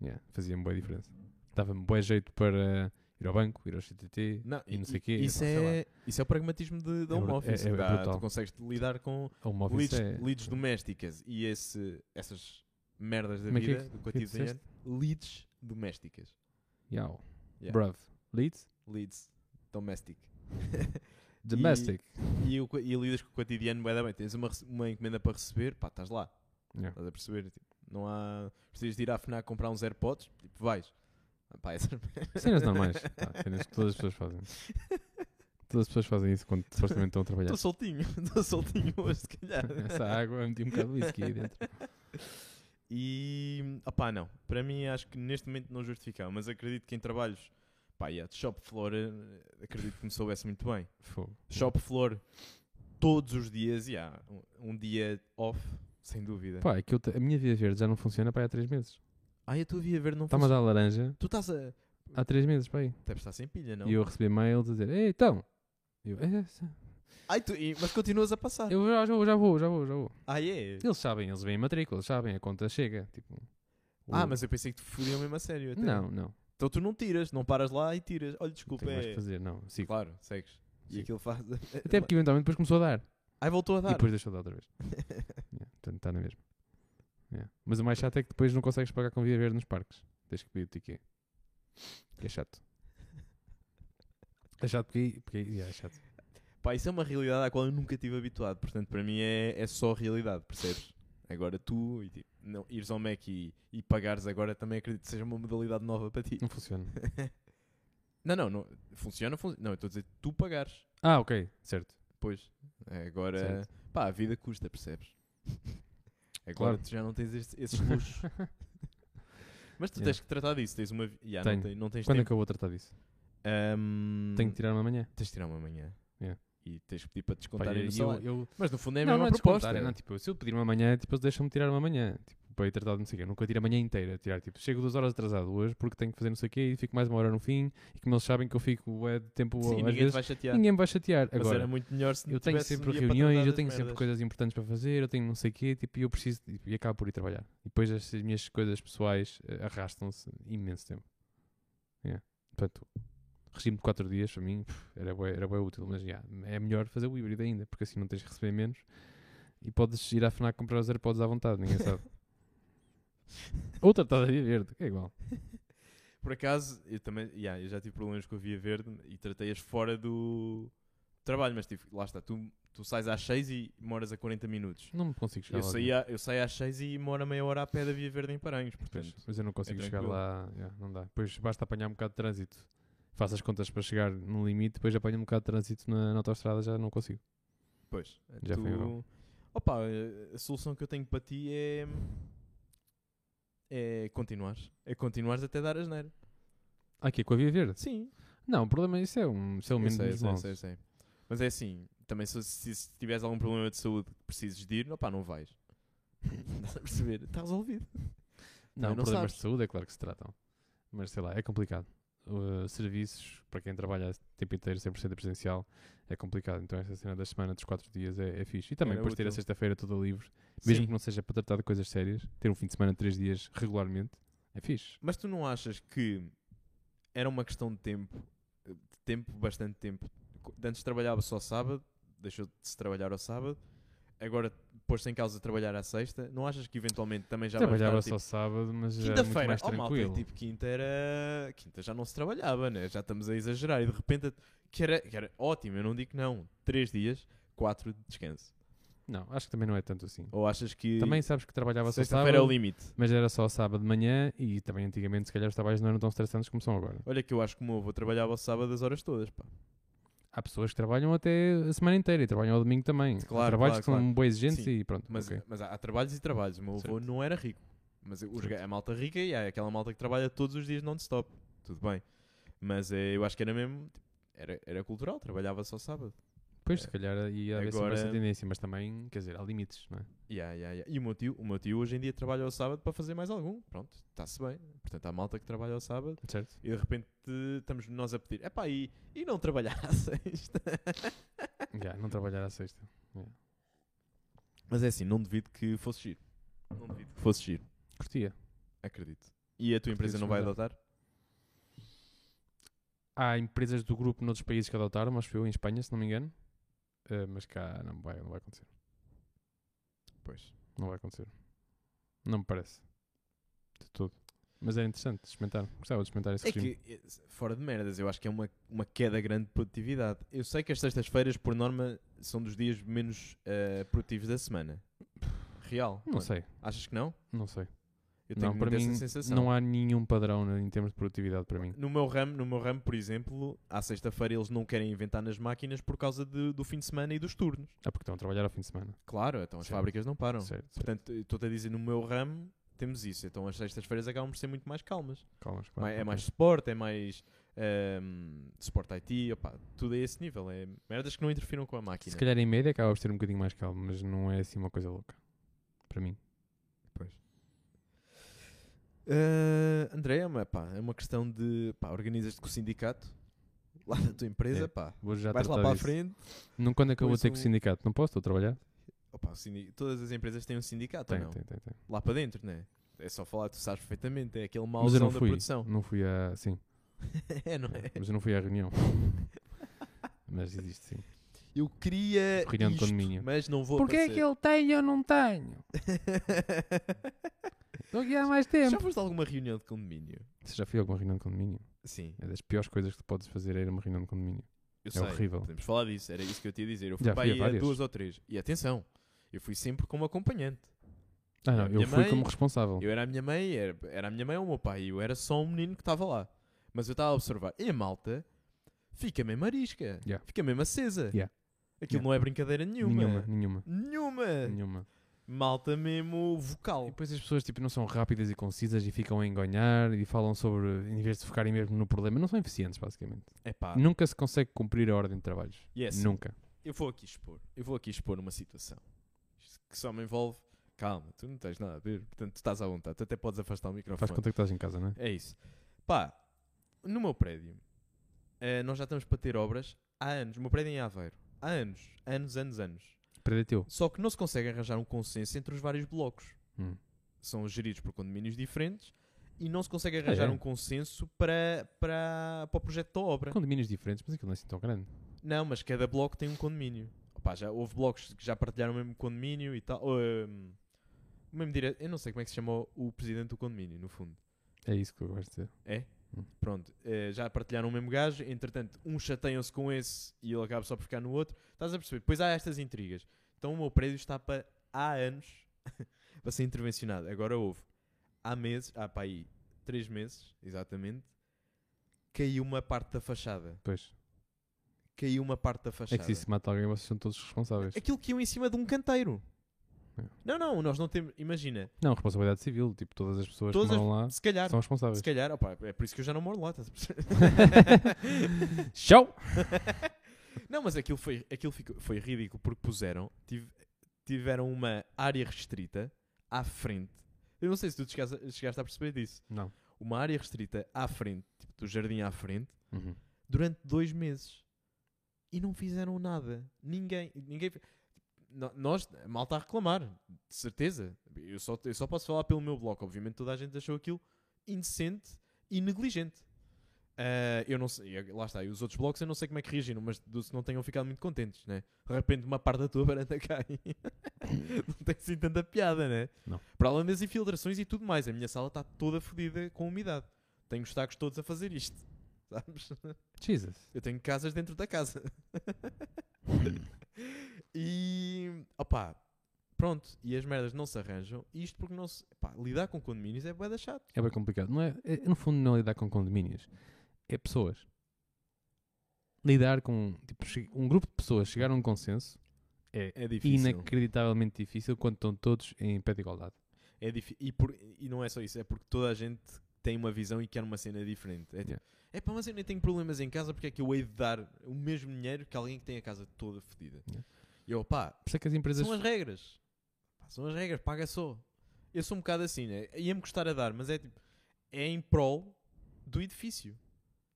[SPEAKER 2] Yeah, fazia-me boa diferença. Dava-me boa jeito para ir ao banco, ir ao CTT,
[SPEAKER 1] Não,
[SPEAKER 2] e
[SPEAKER 1] e-
[SPEAKER 2] não sei
[SPEAKER 1] e-
[SPEAKER 2] quê,
[SPEAKER 1] Isso
[SPEAKER 2] pá, sei
[SPEAKER 1] é, isso é o pragmatismo de, de
[SPEAKER 2] É
[SPEAKER 1] home
[SPEAKER 2] bru-
[SPEAKER 1] office.
[SPEAKER 2] é- é
[SPEAKER 1] dá- tu
[SPEAKER 2] brutal.
[SPEAKER 1] consegues lidar com
[SPEAKER 2] home office
[SPEAKER 1] leads,
[SPEAKER 2] é...
[SPEAKER 1] leads domésticas e esse, essas merdas da
[SPEAKER 2] Como é que é
[SPEAKER 1] vida
[SPEAKER 2] que-
[SPEAKER 1] do
[SPEAKER 2] que disseste?
[SPEAKER 1] cotidiano. Leads domésticas.
[SPEAKER 2] Yau.
[SPEAKER 1] Yeah.
[SPEAKER 2] Bruv. Leads?
[SPEAKER 1] Leads domestic. <laughs>
[SPEAKER 2] Domestic.
[SPEAKER 1] E, o co- e lidas com o cotidiano bué da bem. Tens uma, rece- uma encomenda para receber, pá, estás lá.
[SPEAKER 2] Yeah.
[SPEAKER 1] Estás a perceber? Tipo, não há. Precisas de ir à FNAC comprar uns AirPods? Tipo, vais. Ah, Pá, essas <laughs>
[SPEAKER 2] Cenas normais. Tá, cenas que todas as pessoas fazem. Todas as pessoas fazem isso quando supostamente estão a trabalhar.
[SPEAKER 1] Estou soltinho, <laughs> estou soltinho hoje, se calhar.
[SPEAKER 2] Essa água, eu meti um bocado de whisky aí dentro.
[SPEAKER 1] E, opá, não. Para mim, acho que neste momento não justificava, mas acredito que em trabalhos, pá, yeah, de shop floor, eh, acredito que me soubesse muito bem.
[SPEAKER 2] Fogo.
[SPEAKER 1] Shop floor, todos os dias, e há um, um dia off, sem dúvida.
[SPEAKER 2] Pá, é que eu te- a minha via verde já não funciona pá, há 3 meses.
[SPEAKER 1] Ai, a tua via verde não
[SPEAKER 2] Está-me a
[SPEAKER 1] funciona.
[SPEAKER 2] dar laranja
[SPEAKER 1] Tu estás a...
[SPEAKER 2] há 3 meses, pá aí.
[SPEAKER 1] Deve estar sem pilha, não?
[SPEAKER 2] E eu recebi mails a dizer, Ei, então. Eu, "É, sim."
[SPEAKER 1] Ai, tu... e- Mas continuas a passar.
[SPEAKER 2] eu já, já vou, já vou, já vou, já vou.
[SPEAKER 1] Ai, é?
[SPEAKER 2] Eles sabem, eles veem a matrícula, eles sabem, a conta chega. Tipo,
[SPEAKER 1] Ah,
[SPEAKER 2] o-
[SPEAKER 1] mas eu pensei que te fodiam mesmo a sério. até.
[SPEAKER 2] Não, não.
[SPEAKER 1] Então tu não tiras, não paras lá e tiras. Olha,
[SPEAKER 2] Não
[SPEAKER 1] desculpa,
[SPEAKER 2] tenho mais
[SPEAKER 1] é...
[SPEAKER 2] que fazer, não. Sigo.
[SPEAKER 1] Claro, segues. E
[SPEAKER 2] Sim.
[SPEAKER 1] aquilo faz...
[SPEAKER 2] Até porque eventualmente depois começou a dar.
[SPEAKER 1] Ai, voltou a
[SPEAKER 2] E
[SPEAKER 1] dar.
[SPEAKER 2] depois deixou de dar outra vez. <laughs> yeah, portanto, está na mesma. Yeah. Mas o mais chato é que depois não consegues pagar com via verde nos parques. Tens que pedir o ticket. Que é chato. É chato porque, porque yeah, é chato.
[SPEAKER 1] Pá, isso é uma realidade à qual eu nunca estive habituado. Portanto, para mim é, é só realidade, percebes? Agora tu, e tipo, não, ires ao Mac e, e pagares agora também acredito que seja uma modalidade nova para ti.
[SPEAKER 2] Não funciona.
[SPEAKER 1] Não, não, não funciona, fun- Não, eu estou a dizer tu pagares.
[SPEAKER 2] Ah, ok. Certo.
[SPEAKER 1] Pois, É, agora,
[SPEAKER 2] Certo.
[SPEAKER 1] pá, a vida custa, percebes? <laughs> Agora
[SPEAKER 2] Claro.
[SPEAKER 1] tu já não tens este- esses
[SPEAKER 2] <laughs>
[SPEAKER 1] luxos. Mas tu
[SPEAKER 2] Yeah.
[SPEAKER 1] tens que tratar disso, tens uma... vi- Yeah,
[SPEAKER 2] Tenho.
[SPEAKER 1] Não, tens, não tens
[SPEAKER 2] Quando é
[SPEAKER 1] tempo.
[SPEAKER 2] que eu vou tratar disso?
[SPEAKER 1] Ahm,
[SPEAKER 2] Tenho que tirar uma amanhã.
[SPEAKER 1] Tens de tirar uma manhã.
[SPEAKER 2] Yeah.
[SPEAKER 1] E tens que pedir para
[SPEAKER 2] Pá,
[SPEAKER 1] descontar
[SPEAKER 2] eu-
[SPEAKER 1] aí no
[SPEAKER 2] eu,
[SPEAKER 1] salário.
[SPEAKER 2] eu-
[SPEAKER 1] Mas no fundo é a
[SPEAKER 2] não, não
[SPEAKER 1] mesma
[SPEAKER 2] é
[SPEAKER 1] proposta.
[SPEAKER 2] descontar, é não, tipo, se eu pedir uma manhã, tipo, eles deixam-me tirar uma manhã. Tipo, para ir tratado de não sei o quê. Eu nunca tiro a manhã inteira. Tirar, tipo, chego duas horas atrasado hoje porque tenho que fazer não sei o quê e fico mais uma hora no fim. E como eles sabem que eu fico é, de tempo
[SPEAKER 1] Sim,
[SPEAKER 2] às
[SPEAKER 1] ninguém te
[SPEAKER 2] vezes,
[SPEAKER 1] vai chatear.
[SPEAKER 2] ninguém me vai chatear.
[SPEAKER 1] Mas
[SPEAKER 2] Agora,
[SPEAKER 1] era muito melhor se
[SPEAKER 2] eu tenho
[SPEAKER 1] tivesse um
[SPEAKER 2] sempre
[SPEAKER 1] dia para
[SPEAKER 2] reuniões,
[SPEAKER 1] tratar
[SPEAKER 2] eu
[SPEAKER 1] das
[SPEAKER 2] tenho sempre
[SPEAKER 1] merdas.
[SPEAKER 2] coisas importantes para fazer, eu tenho não sei o quê, tipo, e eu preciso, tipo, e acabo por ir trabalhar. E depois as minhas coisas pessoais eh, arrastam-se imenso tempo. Yeah. Portanto, regime de 4 dias para mim pff, era bem, era bué útil, mas yeah, é melhor fazer o híbrido ainda, porque assim não tens que receber menos e podes ir à FNAC comprar os AirPods à vontade, ninguém
[SPEAKER 1] <laughs>
[SPEAKER 2] <laughs> sabe. Ou tratar de verde, que é igual.
[SPEAKER 1] Por acaso, eu também yeah, eu já tive problemas com a Via Verde e tratei-as fora do trabalho, mas tipo, lá está, tu, tu sais às 6 e moras a 40 minutos.
[SPEAKER 2] Não me consigo chegar
[SPEAKER 1] Eu
[SPEAKER 2] lá.
[SPEAKER 1] saí, a- eu saí às 6 e moro a meia hora a pé da Via Verde em Paranhos,
[SPEAKER 2] Pois,
[SPEAKER 1] portanto.
[SPEAKER 2] mas eu não consigo chegar
[SPEAKER 1] é tranquilo.
[SPEAKER 2] lá, yeah, não dá. Depois basta apanhar um bocado de trânsito. Faço as contas para chegar no limite, depois apanho um bocado de trânsito na, na autostrada, já não consigo.
[SPEAKER 1] Pois.
[SPEAKER 2] Já foi
[SPEAKER 1] tu...
[SPEAKER 2] bom.
[SPEAKER 1] Opa, a solução que eu tenho para ti é. É continuar. É continuares até dar asneira.
[SPEAKER 2] Ah, aqui é com a Via Verde.
[SPEAKER 1] Sim.
[SPEAKER 2] Não, o problema é isso é um
[SPEAKER 1] Eu
[SPEAKER 2] ciúme
[SPEAKER 1] Então, sei, eu
[SPEAKER 2] dos
[SPEAKER 1] sei, eu
[SPEAKER 2] maus.
[SPEAKER 1] sei, eu sei. Mas é assim, também se, se- se tiveres algum problema de saúde que precises de ir, não, pá, não vais. <laughs> Estás a perceber? Está resolvido.
[SPEAKER 2] Não,
[SPEAKER 1] Também não
[SPEAKER 2] problemas
[SPEAKER 1] sabes.
[SPEAKER 2] de saúde é claro que se tratam. Mas sei lá, é complicado. Uh, serviços, para quem trabalha o tempo inteiro 100% presencial, é complicado. Então essa cena da semana, dos 4 dias, é, é fixe. E também
[SPEAKER 1] Era
[SPEAKER 2] depois ter a
[SPEAKER 1] útil.
[SPEAKER 2] sexta-feira toda livre, mesmo
[SPEAKER 1] Sim.
[SPEAKER 2] que não seja para tratar de coisas sérias, ter um fim de semana, 3 dias regularmente, é fixe.
[SPEAKER 1] Mas tu não achas que era uma questão de tempo, de tempo, bastante tempo? Co- Antes trabalhava só sábado, deixou de se trabalhar ao sábado, agora pôs-se em causa de trabalhar à sexta. Não achas que eventualmente também já vai
[SPEAKER 2] Trabalhava
[SPEAKER 1] estar,
[SPEAKER 2] só sábado, mas
[SPEAKER 1] tipo,
[SPEAKER 2] já era é, muito
[SPEAKER 1] quinta-feira?
[SPEAKER 2] mais
[SPEAKER 1] Oh, malta,
[SPEAKER 2] tranquilo.
[SPEAKER 1] tipo, quinta era. Quinta já não se trabalhava, né? Já estamos a exagerar e de repente. Que era, que era ótimo, eu não digo que não. Três dias, quatro de descanso.
[SPEAKER 2] Não, acho que também não é tanto assim.
[SPEAKER 1] Ou achas que.
[SPEAKER 2] Também sabes que trabalhava só
[SPEAKER 1] sexta-feira é o
[SPEAKER 2] sábado,
[SPEAKER 1] limite.
[SPEAKER 2] mas era só sábado de manhã e também antigamente se calhar os trabalhos não eram tão estressantes como são agora.
[SPEAKER 1] Olha que eu acho que o meu avô trabalhava ao sábado as horas todas, pá.
[SPEAKER 2] Há pessoas que trabalham até a semana inteira e trabalham ao domingo também.
[SPEAKER 1] Claro,
[SPEAKER 2] há trabalhos
[SPEAKER 1] claro,
[SPEAKER 2] que são
[SPEAKER 1] claro.
[SPEAKER 2] bem exigentes
[SPEAKER 1] Sim,
[SPEAKER 2] e pronto.
[SPEAKER 1] Mas,
[SPEAKER 2] ok.
[SPEAKER 1] mas há, há trabalhos e trabalhos. O meu avô
[SPEAKER 2] Certo.
[SPEAKER 1] não era rico. Mas os,
[SPEAKER 2] Certo.
[SPEAKER 1] ga- a malta rica e há aquela malta que trabalha todos os dias non-stop. Tudo bem. Mas eh, eu acho que era mesmo. tipo, Era, era cultural, trabalhava só sábado.
[SPEAKER 2] Pois,
[SPEAKER 1] é,
[SPEAKER 2] se calhar ia haver sempre
[SPEAKER 1] agora-
[SPEAKER 2] essa tendência, mas também, quer dizer, há limites, não é?
[SPEAKER 1] Yeah, yeah, yeah. E o meu, tio, o meu tio hoje em dia trabalha ao sábado para fazer mais algum. Pronto, está-se bem. Portanto, há malta que trabalha ao sábado
[SPEAKER 2] Certo?
[SPEAKER 1] e de repente eh, estamos nós a pedir: epá, e, e não trabalhar à sexta?
[SPEAKER 2] Já, não trabalhar à sexta.
[SPEAKER 1] <laughs> Mas é assim, não duvido que fosse giro. Não duvido que fosse giro.
[SPEAKER 2] Curtia.
[SPEAKER 1] Acredito. E a tua empresa não vai
[SPEAKER 2] experimentar.
[SPEAKER 1] adotar?
[SPEAKER 2] Há empresas do grupo noutros países que adotaram, acho eu, em Espanha, se não me engano. Eh, mas cá não vai, não vai acontecer.
[SPEAKER 1] Pois.
[SPEAKER 2] Não vai acontecer. Não me parece. De todo. Mas era interessante experimentar. Gostava de experimentar esse
[SPEAKER 1] É
[SPEAKER 2] regime.
[SPEAKER 1] que, eh, fora de merdas, eu acho que é uma, uma queda grande de produtividade. Eu sei que as sextas-feiras, por norma, são dos dias menos eh, produtivos da semana. Real.
[SPEAKER 2] Não sei,
[SPEAKER 1] Achas que não?
[SPEAKER 2] não sei.
[SPEAKER 1] Eu tenho
[SPEAKER 2] Não, para
[SPEAKER 1] muito
[SPEAKER 2] mim
[SPEAKER 1] essa sensação.
[SPEAKER 2] não há nenhum padrão né, em termos de produtividade para mim.
[SPEAKER 1] No meu ramo, no meu ramo, por exemplo, à sexta-feira eles não querem inventar nas máquinas por causa de- do fim de semana e dos turnos.
[SPEAKER 2] Ah, porque estão a trabalhar ao fim de semana.
[SPEAKER 1] Claro, então as
[SPEAKER 2] Sim.
[SPEAKER 1] fábricas não param.
[SPEAKER 2] Certo, certo.
[SPEAKER 1] Portanto, estou-te a dizer, no meu ramo temos isso. Então as sextas-feiras acabam por ser muito mais calmas.
[SPEAKER 2] Calmas,
[SPEAKER 1] Ma-
[SPEAKER 2] claro.
[SPEAKER 1] é
[SPEAKER 2] ok.
[SPEAKER 1] mais suporte, é mais ehm, suporte IT, opá, tudo é esse nível. É merdas que não interfiram com a máquina.
[SPEAKER 2] Se calhar em média acaba por ser um bocadinho mais calmo, mas não é assim uma coisa louca. Para mim.
[SPEAKER 1] Eh, André, é uma, pá, é uma questão de pá, organizas-te com o sindicato lá da tua empresa,
[SPEAKER 2] É,
[SPEAKER 1] pá.
[SPEAKER 2] Vou já
[SPEAKER 1] Vais lá
[SPEAKER 2] tratar
[SPEAKER 1] para a
[SPEAKER 2] disso.
[SPEAKER 1] frente.
[SPEAKER 2] Não, quando é que eu vou
[SPEAKER 1] Depois
[SPEAKER 2] ter com o
[SPEAKER 1] o-
[SPEAKER 2] sindicato? Não posso? Estou a trabalhar?
[SPEAKER 1] Opá, o sindi- Todas as empresas têm um sindicato, ou
[SPEAKER 2] Tem,
[SPEAKER 1] não?
[SPEAKER 2] tem, tem, tem.
[SPEAKER 1] Lá para dentro, né? É só falar, tu sabes perfeitamente. É aquele
[SPEAKER 2] Mas eu
[SPEAKER 1] mauzão
[SPEAKER 2] não
[SPEAKER 1] da
[SPEAKER 2] fui.
[SPEAKER 1] produção.
[SPEAKER 2] Não fui a.
[SPEAKER 1] <laughs>
[SPEAKER 2] Sim.
[SPEAKER 1] é, não é?
[SPEAKER 2] Mas eu não fui
[SPEAKER 1] <laughs>
[SPEAKER 2] à reunião. mas existe sim.
[SPEAKER 1] Eu queria.
[SPEAKER 2] Reunião de
[SPEAKER 1] isto,
[SPEAKER 2] Um condomínio. é
[SPEAKER 1] Mas não vou aparecer.
[SPEAKER 2] tem e eu não tenho? Estou aqui há mais
[SPEAKER 1] <laughs> Já foste a alguma reunião de condomínio?
[SPEAKER 2] Você já foi a alguma reunião de condomínio?
[SPEAKER 1] Sim.
[SPEAKER 2] É das piores coisas que tu podes fazer é ir a uma reunião de condomínio.
[SPEAKER 1] Eu
[SPEAKER 2] É
[SPEAKER 1] sei,
[SPEAKER 2] horrível.
[SPEAKER 1] Podemos falar disso, era isso que eu te ia dizer. Eu fui
[SPEAKER 2] Já
[SPEAKER 1] para
[SPEAKER 2] fui a
[SPEAKER 1] aí a
[SPEAKER 2] várias.
[SPEAKER 1] duas ou três. E atenção, eu fui sempre como acompanhante.
[SPEAKER 2] Ah, não,
[SPEAKER 1] A
[SPEAKER 2] eu
[SPEAKER 1] minha
[SPEAKER 2] fui
[SPEAKER 1] mãe-
[SPEAKER 2] como responsável.
[SPEAKER 1] Eu era a minha mãe, era, era a minha mãe ou o meu pai, e eu era só um menino que estava lá. Mas eu estava a observar. E a malta fica mesmo arisca,
[SPEAKER 2] Yeah.
[SPEAKER 1] fica mesmo acesa.
[SPEAKER 2] Yeah.
[SPEAKER 1] Aquilo
[SPEAKER 2] Yeah.
[SPEAKER 1] não é brincadeira nenhuma.
[SPEAKER 2] Nenhuma, nenhuma.
[SPEAKER 1] Nenhuma.
[SPEAKER 2] Nenhuma.
[SPEAKER 1] Malta mesmo
[SPEAKER 2] E
[SPEAKER 1] vocal.
[SPEAKER 2] depois as pessoas tipo, não são rápidas e concisas e ficam a enganhar e falam sobre, em vez de focarem mesmo no problema, não são eficientes, basicamente.
[SPEAKER 1] É pá,
[SPEAKER 2] Nunca se consegue cumprir a ordem de trabalhos.
[SPEAKER 1] yes.
[SPEAKER 2] Nunca.
[SPEAKER 1] eu vou aqui expor. Eu vou aqui expor uma situação que só me envolve. Calma, tu não tens nada a ver. Portanto, tu estás à vontade. Tu até podes afastar o microfone.
[SPEAKER 2] Faz conta que estás em casa, não é?
[SPEAKER 1] É isso. Pá, no meu prédio, eh, nós já estamos para ter obras há anos. O meu prédio é em Aveiro. Há anos, anos, anos, anos.
[SPEAKER 2] Prédio teu.
[SPEAKER 1] Só que não se consegue arranjar um consenso entre os vários blocos.
[SPEAKER 2] Hum.
[SPEAKER 1] São geridos por condomínios diferentes e não se consegue arranjar
[SPEAKER 2] é?
[SPEAKER 1] um consenso para, para, para o projeto da obra.
[SPEAKER 2] Condomínios diferentes, mas aquilo não é assim tão grande.
[SPEAKER 1] Não, mas cada bloco tem um condomínio. Opá, já houve blocos que já partilharam o mesmo condomínio e tal. ou, hum, o mesmo dire... Eu não sei como é que se chama o- o presidente do condomínio, no fundo. É?
[SPEAKER 2] É isso que eu gosto de dizer.
[SPEAKER 1] Pronto, eh, já partilharam o mesmo gajo, entretanto, uns chateiam-se com esse e ele acaba só por ficar no outro. Estás a perceber? Depois há estas intrigas. Então o meu prédio está para há anos <laughs> para ser intervencionado. Agora houve. Há meses, há para aí três meses, exatamente, caiu uma parte da fachada.
[SPEAKER 2] Pois.
[SPEAKER 1] Caiu uma parte da
[SPEAKER 2] É
[SPEAKER 1] fachada.
[SPEAKER 2] que se isso mata alguém, vocês são todos responsáveis.
[SPEAKER 1] Aquilo caiu em cima de um canteiro. Não, não, nós não temos. Imagina,
[SPEAKER 2] Não, responsabilidade civil. Tipo, todas as pessoas
[SPEAKER 1] Todas
[SPEAKER 2] que
[SPEAKER 1] as-
[SPEAKER 2] moram lá
[SPEAKER 1] se calhar,
[SPEAKER 2] Ah, são responsáveis.
[SPEAKER 1] se calhar, opá, é por isso que eu já não moro lá, estás a perceber?
[SPEAKER 2] Show!
[SPEAKER 1] Não, mas aquilo foi, aquilo ficou- foi ridículo porque puseram, tive- tiveram uma área restrita à frente. Eu não sei se tu te chegaste, a- chegaste a perceber disso.
[SPEAKER 2] Não.
[SPEAKER 1] Uma área restrita à frente, tipo do jardim à frente,
[SPEAKER 2] Uhum.
[SPEAKER 1] durante dois meses. E não fizeram nada. Ninguém. ninguém fe- No- nós, mal está a reclamar, de certeza. Eu só, eu só posso falar pelo meu bloco. Obviamente toda a gente achou aquilo indecente e negligente. Ah, eu não sei, eu- lá está, e os outros blocos eu não sei como é que reagiram, mas do- se não tenham ficado muito contentes, né? De repente uma parte da tua varanda <laughs> cai. não tem assim tanta piada, né?
[SPEAKER 2] Não.
[SPEAKER 1] Para além das infiltrações e tudo mais, a minha sala está toda fodida com umidade. Tenho os tacos todos a fazer isto, <laughs> sabes?
[SPEAKER 2] Jesus.
[SPEAKER 1] Eu tenho casas dentro da casa. Hum. e. opá, pronto. E as merdas não se arranjam. E Isto porque não se. Pá, lidar com condomínios é boeda chato.
[SPEAKER 2] É bem complicado. Não é, é- no fundo, não é lidar com condomínios. É pessoas. Lidar com tipo, che- um grupo de pessoas chegar a um consenso é
[SPEAKER 1] É difícil.
[SPEAKER 2] inacreditavelmente difícil quando estão todos em pé de igualdade.
[SPEAKER 1] É difí- e, por- e não é só isso, é porque toda a gente tem uma visão e quer uma cena diferente. É tipo,
[SPEAKER 2] Yeah.
[SPEAKER 1] é pá, mas eu nem tenho problemas em casa porque é que eu hei de dar o mesmo dinheiro que alguém que tem a casa toda fodida.
[SPEAKER 2] Yeah.
[SPEAKER 1] E eu, pá,
[SPEAKER 2] Por isso é que as empresas.
[SPEAKER 1] São as regras. Pá, são as regras, paga só. Eu sou um bocado assim, né? Ia-me gostar a dar, mas é tipo, é em prol do edifício.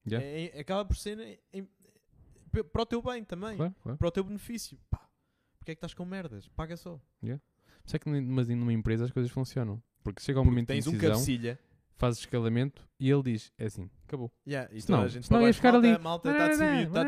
[SPEAKER 2] Yeah.
[SPEAKER 1] É em- acaba por ser em- em- p- para o teu bem também,
[SPEAKER 2] Claro, claro.
[SPEAKER 1] para o teu benefício. Pá, porque é que estás com merdas? Paga só.
[SPEAKER 2] Por isso é que num- mas numa empresa as coisas funcionam. Porque chega um
[SPEAKER 1] Porque
[SPEAKER 2] momento de
[SPEAKER 1] tens um
[SPEAKER 2] decisão,
[SPEAKER 1] cabecilha.
[SPEAKER 2] faz escalamento e ele diz: é assim, acabou.
[SPEAKER 1] Yeah, e
[SPEAKER 2] Senão-
[SPEAKER 1] toda a gente
[SPEAKER 2] senão
[SPEAKER 1] para
[SPEAKER 2] ia
[SPEAKER 1] baixo,
[SPEAKER 2] ficar
[SPEAKER 1] malta,
[SPEAKER 2] ali.
[SPEAKER 1] malta, está Tá, decidido, está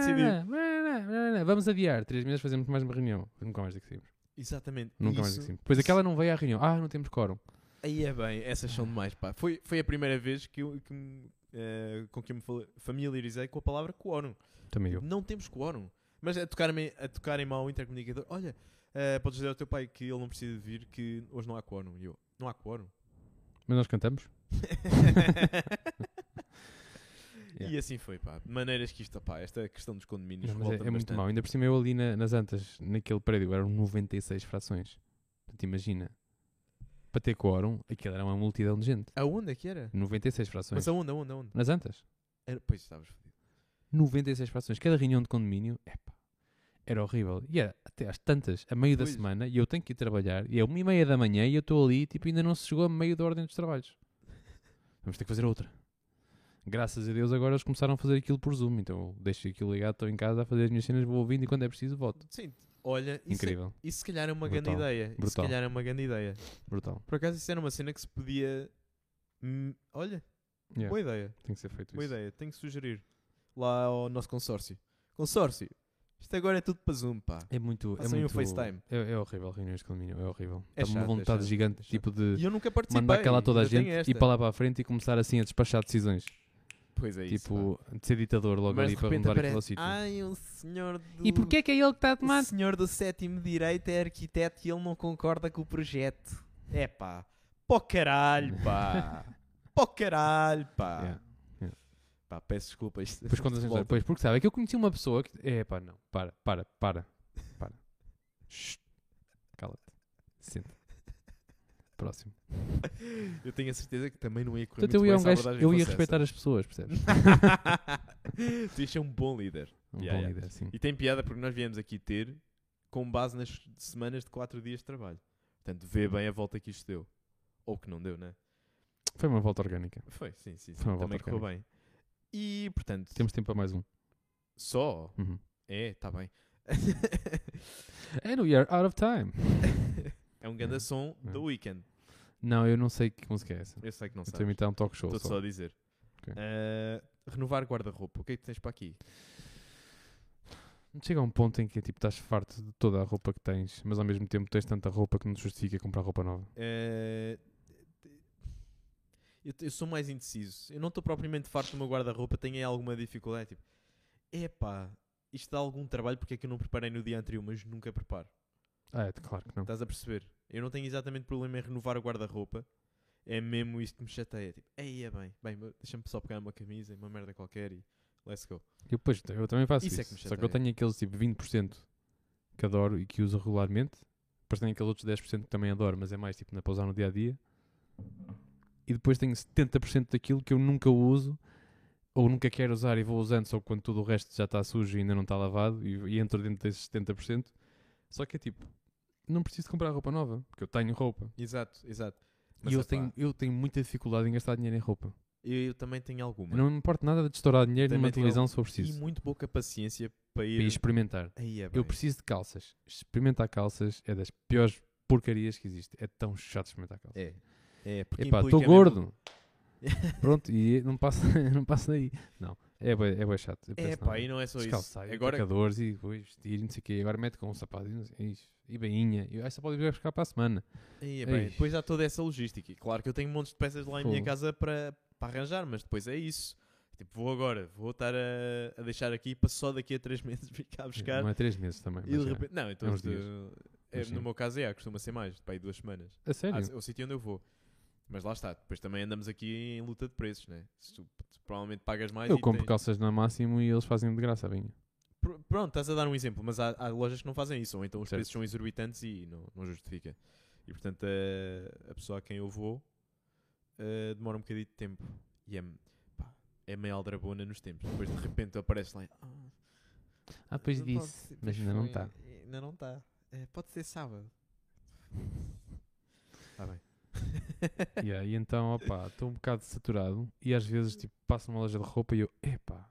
[SPEAKER 1] decidido.
[SPEAKER 2] Vamos adiar, três meses fazemos mais uma reunião. Nunca mais decidimos.
[SPEAKER 1] Exatamente.
[SPEAKER 2] Nunca mais assim.
[SPEAKER 1] isso,
[SPEAKER 2] decidimos. Pois aquela não veio à reunião. Ah, não temos quórum.
[SPEAKER 1] Aí é bem, essas são demais, pá. Foi, foi a primeira vez que eu, que me, eh, com que eu me fala- familiarizei com a palavra quórum.
[SPEAKER 2] Também eu.
[SPEAKER 1] Não temos quórum. Mas a tocarem, a tocarem mal o intercomunicador, olha, eh, podes dizer ao teu pai que ele não precisa de vir, que hoje não há quórum. E eu, não há
[SPEAKER 2] <laughs>
[SPEAKER 1] quórum.
[SPEAKER 2] Mas nós cantamos.
[SPEAKER 1] E assim foi, pá. De Maneiras que isto, pá, esta questão dos condomínios
[SPEAKER 2] Não, mas é,
[SPEAKER 1] revolta-me
[SPEAKER 2] é muito
[SPEAKER 1] bastante.
[SPEAKER 2] mau. Ainda por cima, eu ali na- nas Antas, naquele prédio, eram 96 frações. Portanto, imagina, para ter quórum, aquilo era uma multidão de gente.
[SPEAKER 1] Aonde é que era?
[SPEAKER 2] 96 frações.
[SPEAKER 1] Mas aonde, aonde, aonde?
[SPEAKER 2] Nas Antas,
[SPEAKER 1] Era, pois, estavas fodido.
[SPEAKER 2] 96 frações. Cada reunião de condomínio, epá, era horrível. E era até às tantas, a meio
[SPEAKER 1] Pois.
[SPEAKER 2] da semana, e eu tenho que ir trabalhar, e é uma e meia da manhã, e eu estou ali, tipo, ainda não se chegou a meio da ordem dos trabalhos. Vamos ter que fazer outra. Graças a Deus, agora eles começaram a fazer aquilo por Zoom. Então, eu deixo aquilo ligado, estou em casa a fazer as minhas cenas, vou ouvindo, e quando é preciso, voto.
[SPEAKER 1] Sim, olha, isso, é-
[SPEAKER 2] Incrível,
[SPEAKER 1] isso se calhar é uma
[SPEAKER 2] Brutal,
[SPEAKER 1] grande ideia. Isso se
[SPEAKER 2] brutal.
[SPEAKER 1] calhar é uma grande ideia.
[SPEAKER 2] brutal.
[SPEAKER 1] Por acaso isso era uma cena que se podia... Hum, olha,
[SPEAKER 2] Yeah,
[SPEAKER 1] boa ideia.
[SPEAKER 2] Tem que ser feito
[SPEAKER 1] Boa
[SPEAKER 2] isso.
[SPEAKER 1] ideia, tenho que sugerir lá ao nosso consórcio. Consórcio, isto agora é tudo para Zoom, pá.
[SPEAKER 2] É muito. É
[SPEAKER 1] Façam aí um
[SPEAKER 2] muito
[SPEAKER 1] FaceTime.
[SPEAKER 2] É, é horrível reuniões de condomínio, é horrível.
[SPEAKER 1] É
[SPEAKER 2] Dá-me
[SPEAKER 1] chato,
[SPEAKER 2] uma
[SPEAKER 1] é
[SPEAKER 2] vontade
[SPEAKER 1] chato,
[SPEAKER 2] gigante
[SPEAKER 1] é chato.
[SPEAKER 2] tipo de
[SPEAKER 1] E eu nunca participei.
[SPEAKER 2] mandar calar toda a
[SPEAKER 1] ainda tenho
[SPEAKER 2] gente
[SPEAKER 1] esta.
[SPEAKER 2] e para lá para a frente e começar assim a despachar decisões.
[SPEAKER 1] Pois é isso. pá.
[SPEAKER 2] tipo, de ser ditador logo
[SPEAKER 1] Mas
[SPEAKER 2] ali
[SPEAKER 1] de
[SPEAKER 2] para
[SPEAKER 1] repente
[SPEAKER 2] mudar aquilo ao
[SPEAKER 1] aparece.
[SPEAKER 2] sítio.
[SPEAKER 1] Ai, um senhor do.
[SPEAKER 2] E porquê é que é ele que está a
[SPEAKER 1] O
[SPEAKER 2] tomar?
[SPEAKER 1] senhor do sétimo direito é arquiteto e ele não concorda com o projeto. É pá. Pó caralho,
[SPEAKER 2] <laughs>
[SPEAKER 1] pá. Pó caralho, pá.
[SPEAKER 2] Yeah, yeah.
[SPEAKER 1] Pá, peço desculpa. Isto, <laughs>
[SPEAKER 2] Depois contas a história. Pois, porque sabe, é que eu conheci uma pessoa que. É pá, não, para, para, para, para. Shhh. Cala-te. Senta. Próximo.
[SPEAKER 1] Eu tenho a certeza que também não ia correr
[SPEAKER 2] Portanto, eu
[SPEAKER 1] muito bem
[SPEAKER 2] ia, a um
[SPEAKER 1] se a
[SPEAKER 2] gajo,
[SPEAKER 1] abordagem
[SPEAKER 2] eu ia
[SPEAKER 1] fosse
[SPEAKER 2] respeitar <laughs> as pessoas, percebes?
[SPEAKER 1] essa. tu ias ser um bom líder.
[SPEAKER 2] Um
[SPEAKER 1] Yeah,
[SPEAKER 2] bom
[SPEAKER 1] yeah.
[SPEAKER 2] líder, sim.
[SPEAKER 1] E tem piada porque nós viemos aqui ter com base nas semanas de 4 dias de trabalho. Portanto, vê
[SPEAKER 2] Uhum.
[SPEAKER 1] bem a volta que isto deu. Ou que não deu, né?
[SPEAKER 2] Foi uma volta orgânica.
[SPEAKER 1] Foi, sim, sim. sim.
[SPEAKER 2] Foi uma
[SPEAKER 1] Também
[SPEAKER 2] volta
[SPEAKER 1] correu bem. E, portanto,
[SPEAKER 2] Temos tempo para mais um.
[SPEAKER 1] só.
[SPEAKER 2] Uhum.
[SPEAKER 1] É, está
[SPEAKER 2] <laughs>
[SPEAKER 1] bem.
[SPEAKER 2] And we are out of time.
[SPEAKER 1] é um grande
[SPEAKER 2] É,
[SPEAKER 1] som
[SPEAKER 2] é.
[SPEAKER 1] do weekend.
[SPEAKER 2] <laughs> Não, eu não sei que música é essa.
[SPEAKER 1] Eu sei que não
[SPEAKER 2] Eu estou a
[SPEAKER 1] sabes.
[SPEAKER 2] imitar um talk show.
[SPEAKER 1] Estou
[SPEAKER 2] só.
[SPEAKER 1] só a dizer.
[SPEAKER 2] Ok.
[SPEAKER 1] Ah, renovar guarda-roupa. O que é que tens para aqui?
[SPEAKER 2] Chega a um ponto em que tipo, estás farto de toda a roupa que tens, mas ao mesmo tempo tens tanta roupa que não te justifica comprar roupa nova.
[SPEAKER 1] Ah, eu, eu sou mais indeciso. Eu não estou propriamente farto do meu guarda-roupa. Tenho aí alguma dificuldade. Tipo, epá, isto dá algum trabalho porque é que eu não preparei no dia anterior, mas nunca preparo.
[SPEAKER 2] Ah, é, claro que não.
[SPEAKER 1] Estás a perceber? Eu não tenho exatamente problema em renovar o guarda-roupa. É mesmo isto que me chateia. Tipo, aí é bem, bem, deixa-me só pegar uma camisa e uma merda qualquer e let's go.
[SPEAKER 2] Eu, depois, eu também faço
[SPEAKER 1] Isso
[SPEAKER 2] isso.
[SPEAKER 1] é que me
[SPEAKER 2] só que eu
[SPEAKER 1] chateia.
[SPEAKER 2] tenho aqueles tipo 20% que adoro e que uso regularmente, Depois tenho aquele outros 10% que também adoro, mas é mais tipo na pousar no dia a dia. E depois tenho 70% daquilo que eu nunca uso ou nunca quero usar e vou usando só quando todo o resto já está sujo e ainda não está lavado e, e entro dentro desses 70%. Só que é tipo, não preciso comprar roupa nova, porque eu tenho roupa.
[SPEAKER 1] Exato, exato.
[SPEAKER 2] e eu
[SPEAKER 1] epá,
[SPEAKER 2] tenho, eu tenho muita dificuldade em gastar dinheiro em roupa.
[SPEAKER 1] eu, eu também tenho alguma.
[SPEAKER 2] Não me importa nada de estourar dinheiro
[SPEAKER 1] é? Também
[SPEAKER 2] numa
[SPEAKER 1] tenho um
[SPEAKER 2] televisão se for
[SPEAKER 1] e
[SPEAKER 2] preciso.
[SPEAKER 1] muito pouca paciência para
[SPEAKER 2] E
[SPEAKER 1] ir.
[SPEAKER 2] experimentar.
[SPEAKER 1] Aí é bem.
[SPEAKER 2] Eu preciso de calças. Experimentar calças é das piores porcarias que existe. É tão chato experimentar calças.
[SPEAKER 1] É. É, porque
[SPEAKER 2] Epá,
[SPEAKER 1] implica
[SPEAKER 2] estou
[SPEAKER 1] mesmo-
[SPEAKER 2] gordo. Pronto, e não passa, <laughs> não passa daí. Não, é bué, é bué chato. Eu
[SPEAKER 1] É
[SPEAKER 2] penso,
[SPEAKER 1] pá,
[SPEAKER 2] não,
[SPEAKER 1] e não é só isso.
[SPEAKER 2] descalçar, e
[SPEAKER 1] Agora,
[SPEAKER 2] pecadores, e depois vestir, e não sei o quê. Agora mete com um sapato e, não sei- ixi, e bainha. E, ah, só pode vir buscar para a semana.
[SPEAKER 1] Aí é bem,
[SPEAKER 2] Ei.
[SPEAKER 1] depois há toda essa logística. E claro que eu tenho montes de peças lá em minha
[SPEAKER 2] Fogo.
[SPEAKER 1] casa para, para arranjar, mas depois é isso. Tipo, vou agora, vou estar a, a deixar aqui para só daqui a três <laughs> meses vir cá buscar.
[SPEAKER 2] Não é três meses também.
[SPEAKER 1] e
[SPEAKER 2] mas
[SPEAKER 1] de
[SPEAKER 2] é.
[SPEAKER 1] repente. Não, então.
[SPEAKER 2] é uns
[SPEAKER 1] de-
[SPEAKER 2] dias.
[SPEAKER 1] é,
[SPEAKER 2] Mas sim.
[SPEAKER 1] no meu caso é, costuma ser mais, para aí duas semanas.
[SPEAKER 2] A
[SPEAKER 1] Ah,
[SPEAKER 2] sério?
[SPEAKER 1] é o sítio onde eu vou. Mas lá está, depois também andamos aqui em luta de preços, né? Se tu, tu provavelmente pagas mais.
[SPEAKER 2] eu
[SPEAKER 1] e
[SPEAKER 2] compro
[SPEAKER 1] tens-
[SPEAKER 2] calças na máximo e eles fazem de graça a vinha.
[SPEAKER 1] Pr- Pronto, estás a dar um exemplo, mas há, há lojas que não fazem isso, ou então os
[SPEAKER 2] Certo.
[SPEAKER 1] preços são exorbitantes e não, não justifica. E portanto, a, a pessoa a quem eu vou eh, demora um bocadinho de tempo. E é, pá, é meio aldrabona nos tempos. Depois de repente aparece lá. e, "Ah,
[SPEAKER 2] Ah, pois
[SPEAKER 1] não pode
[SPEAKER 2] disse.
[SPEAKER 1] ser,
[SPEAKER 2] Mas
[SPEAKER 1] pois
[SPEAKER 2] ainda não tá."
[SPEAKER 1] foi,
[SPEAKER 2] está.
[SPEAKER 1] Ainda não está. pode ser sábado. Está bem.
[SPEAKER 2] Yeah, e então, opá, estou um bocado saturado e às vezes
[SPEAKER 1] Hum.
[SPEAKER 2] tipo, passo numa loja de roupa e eu, epá,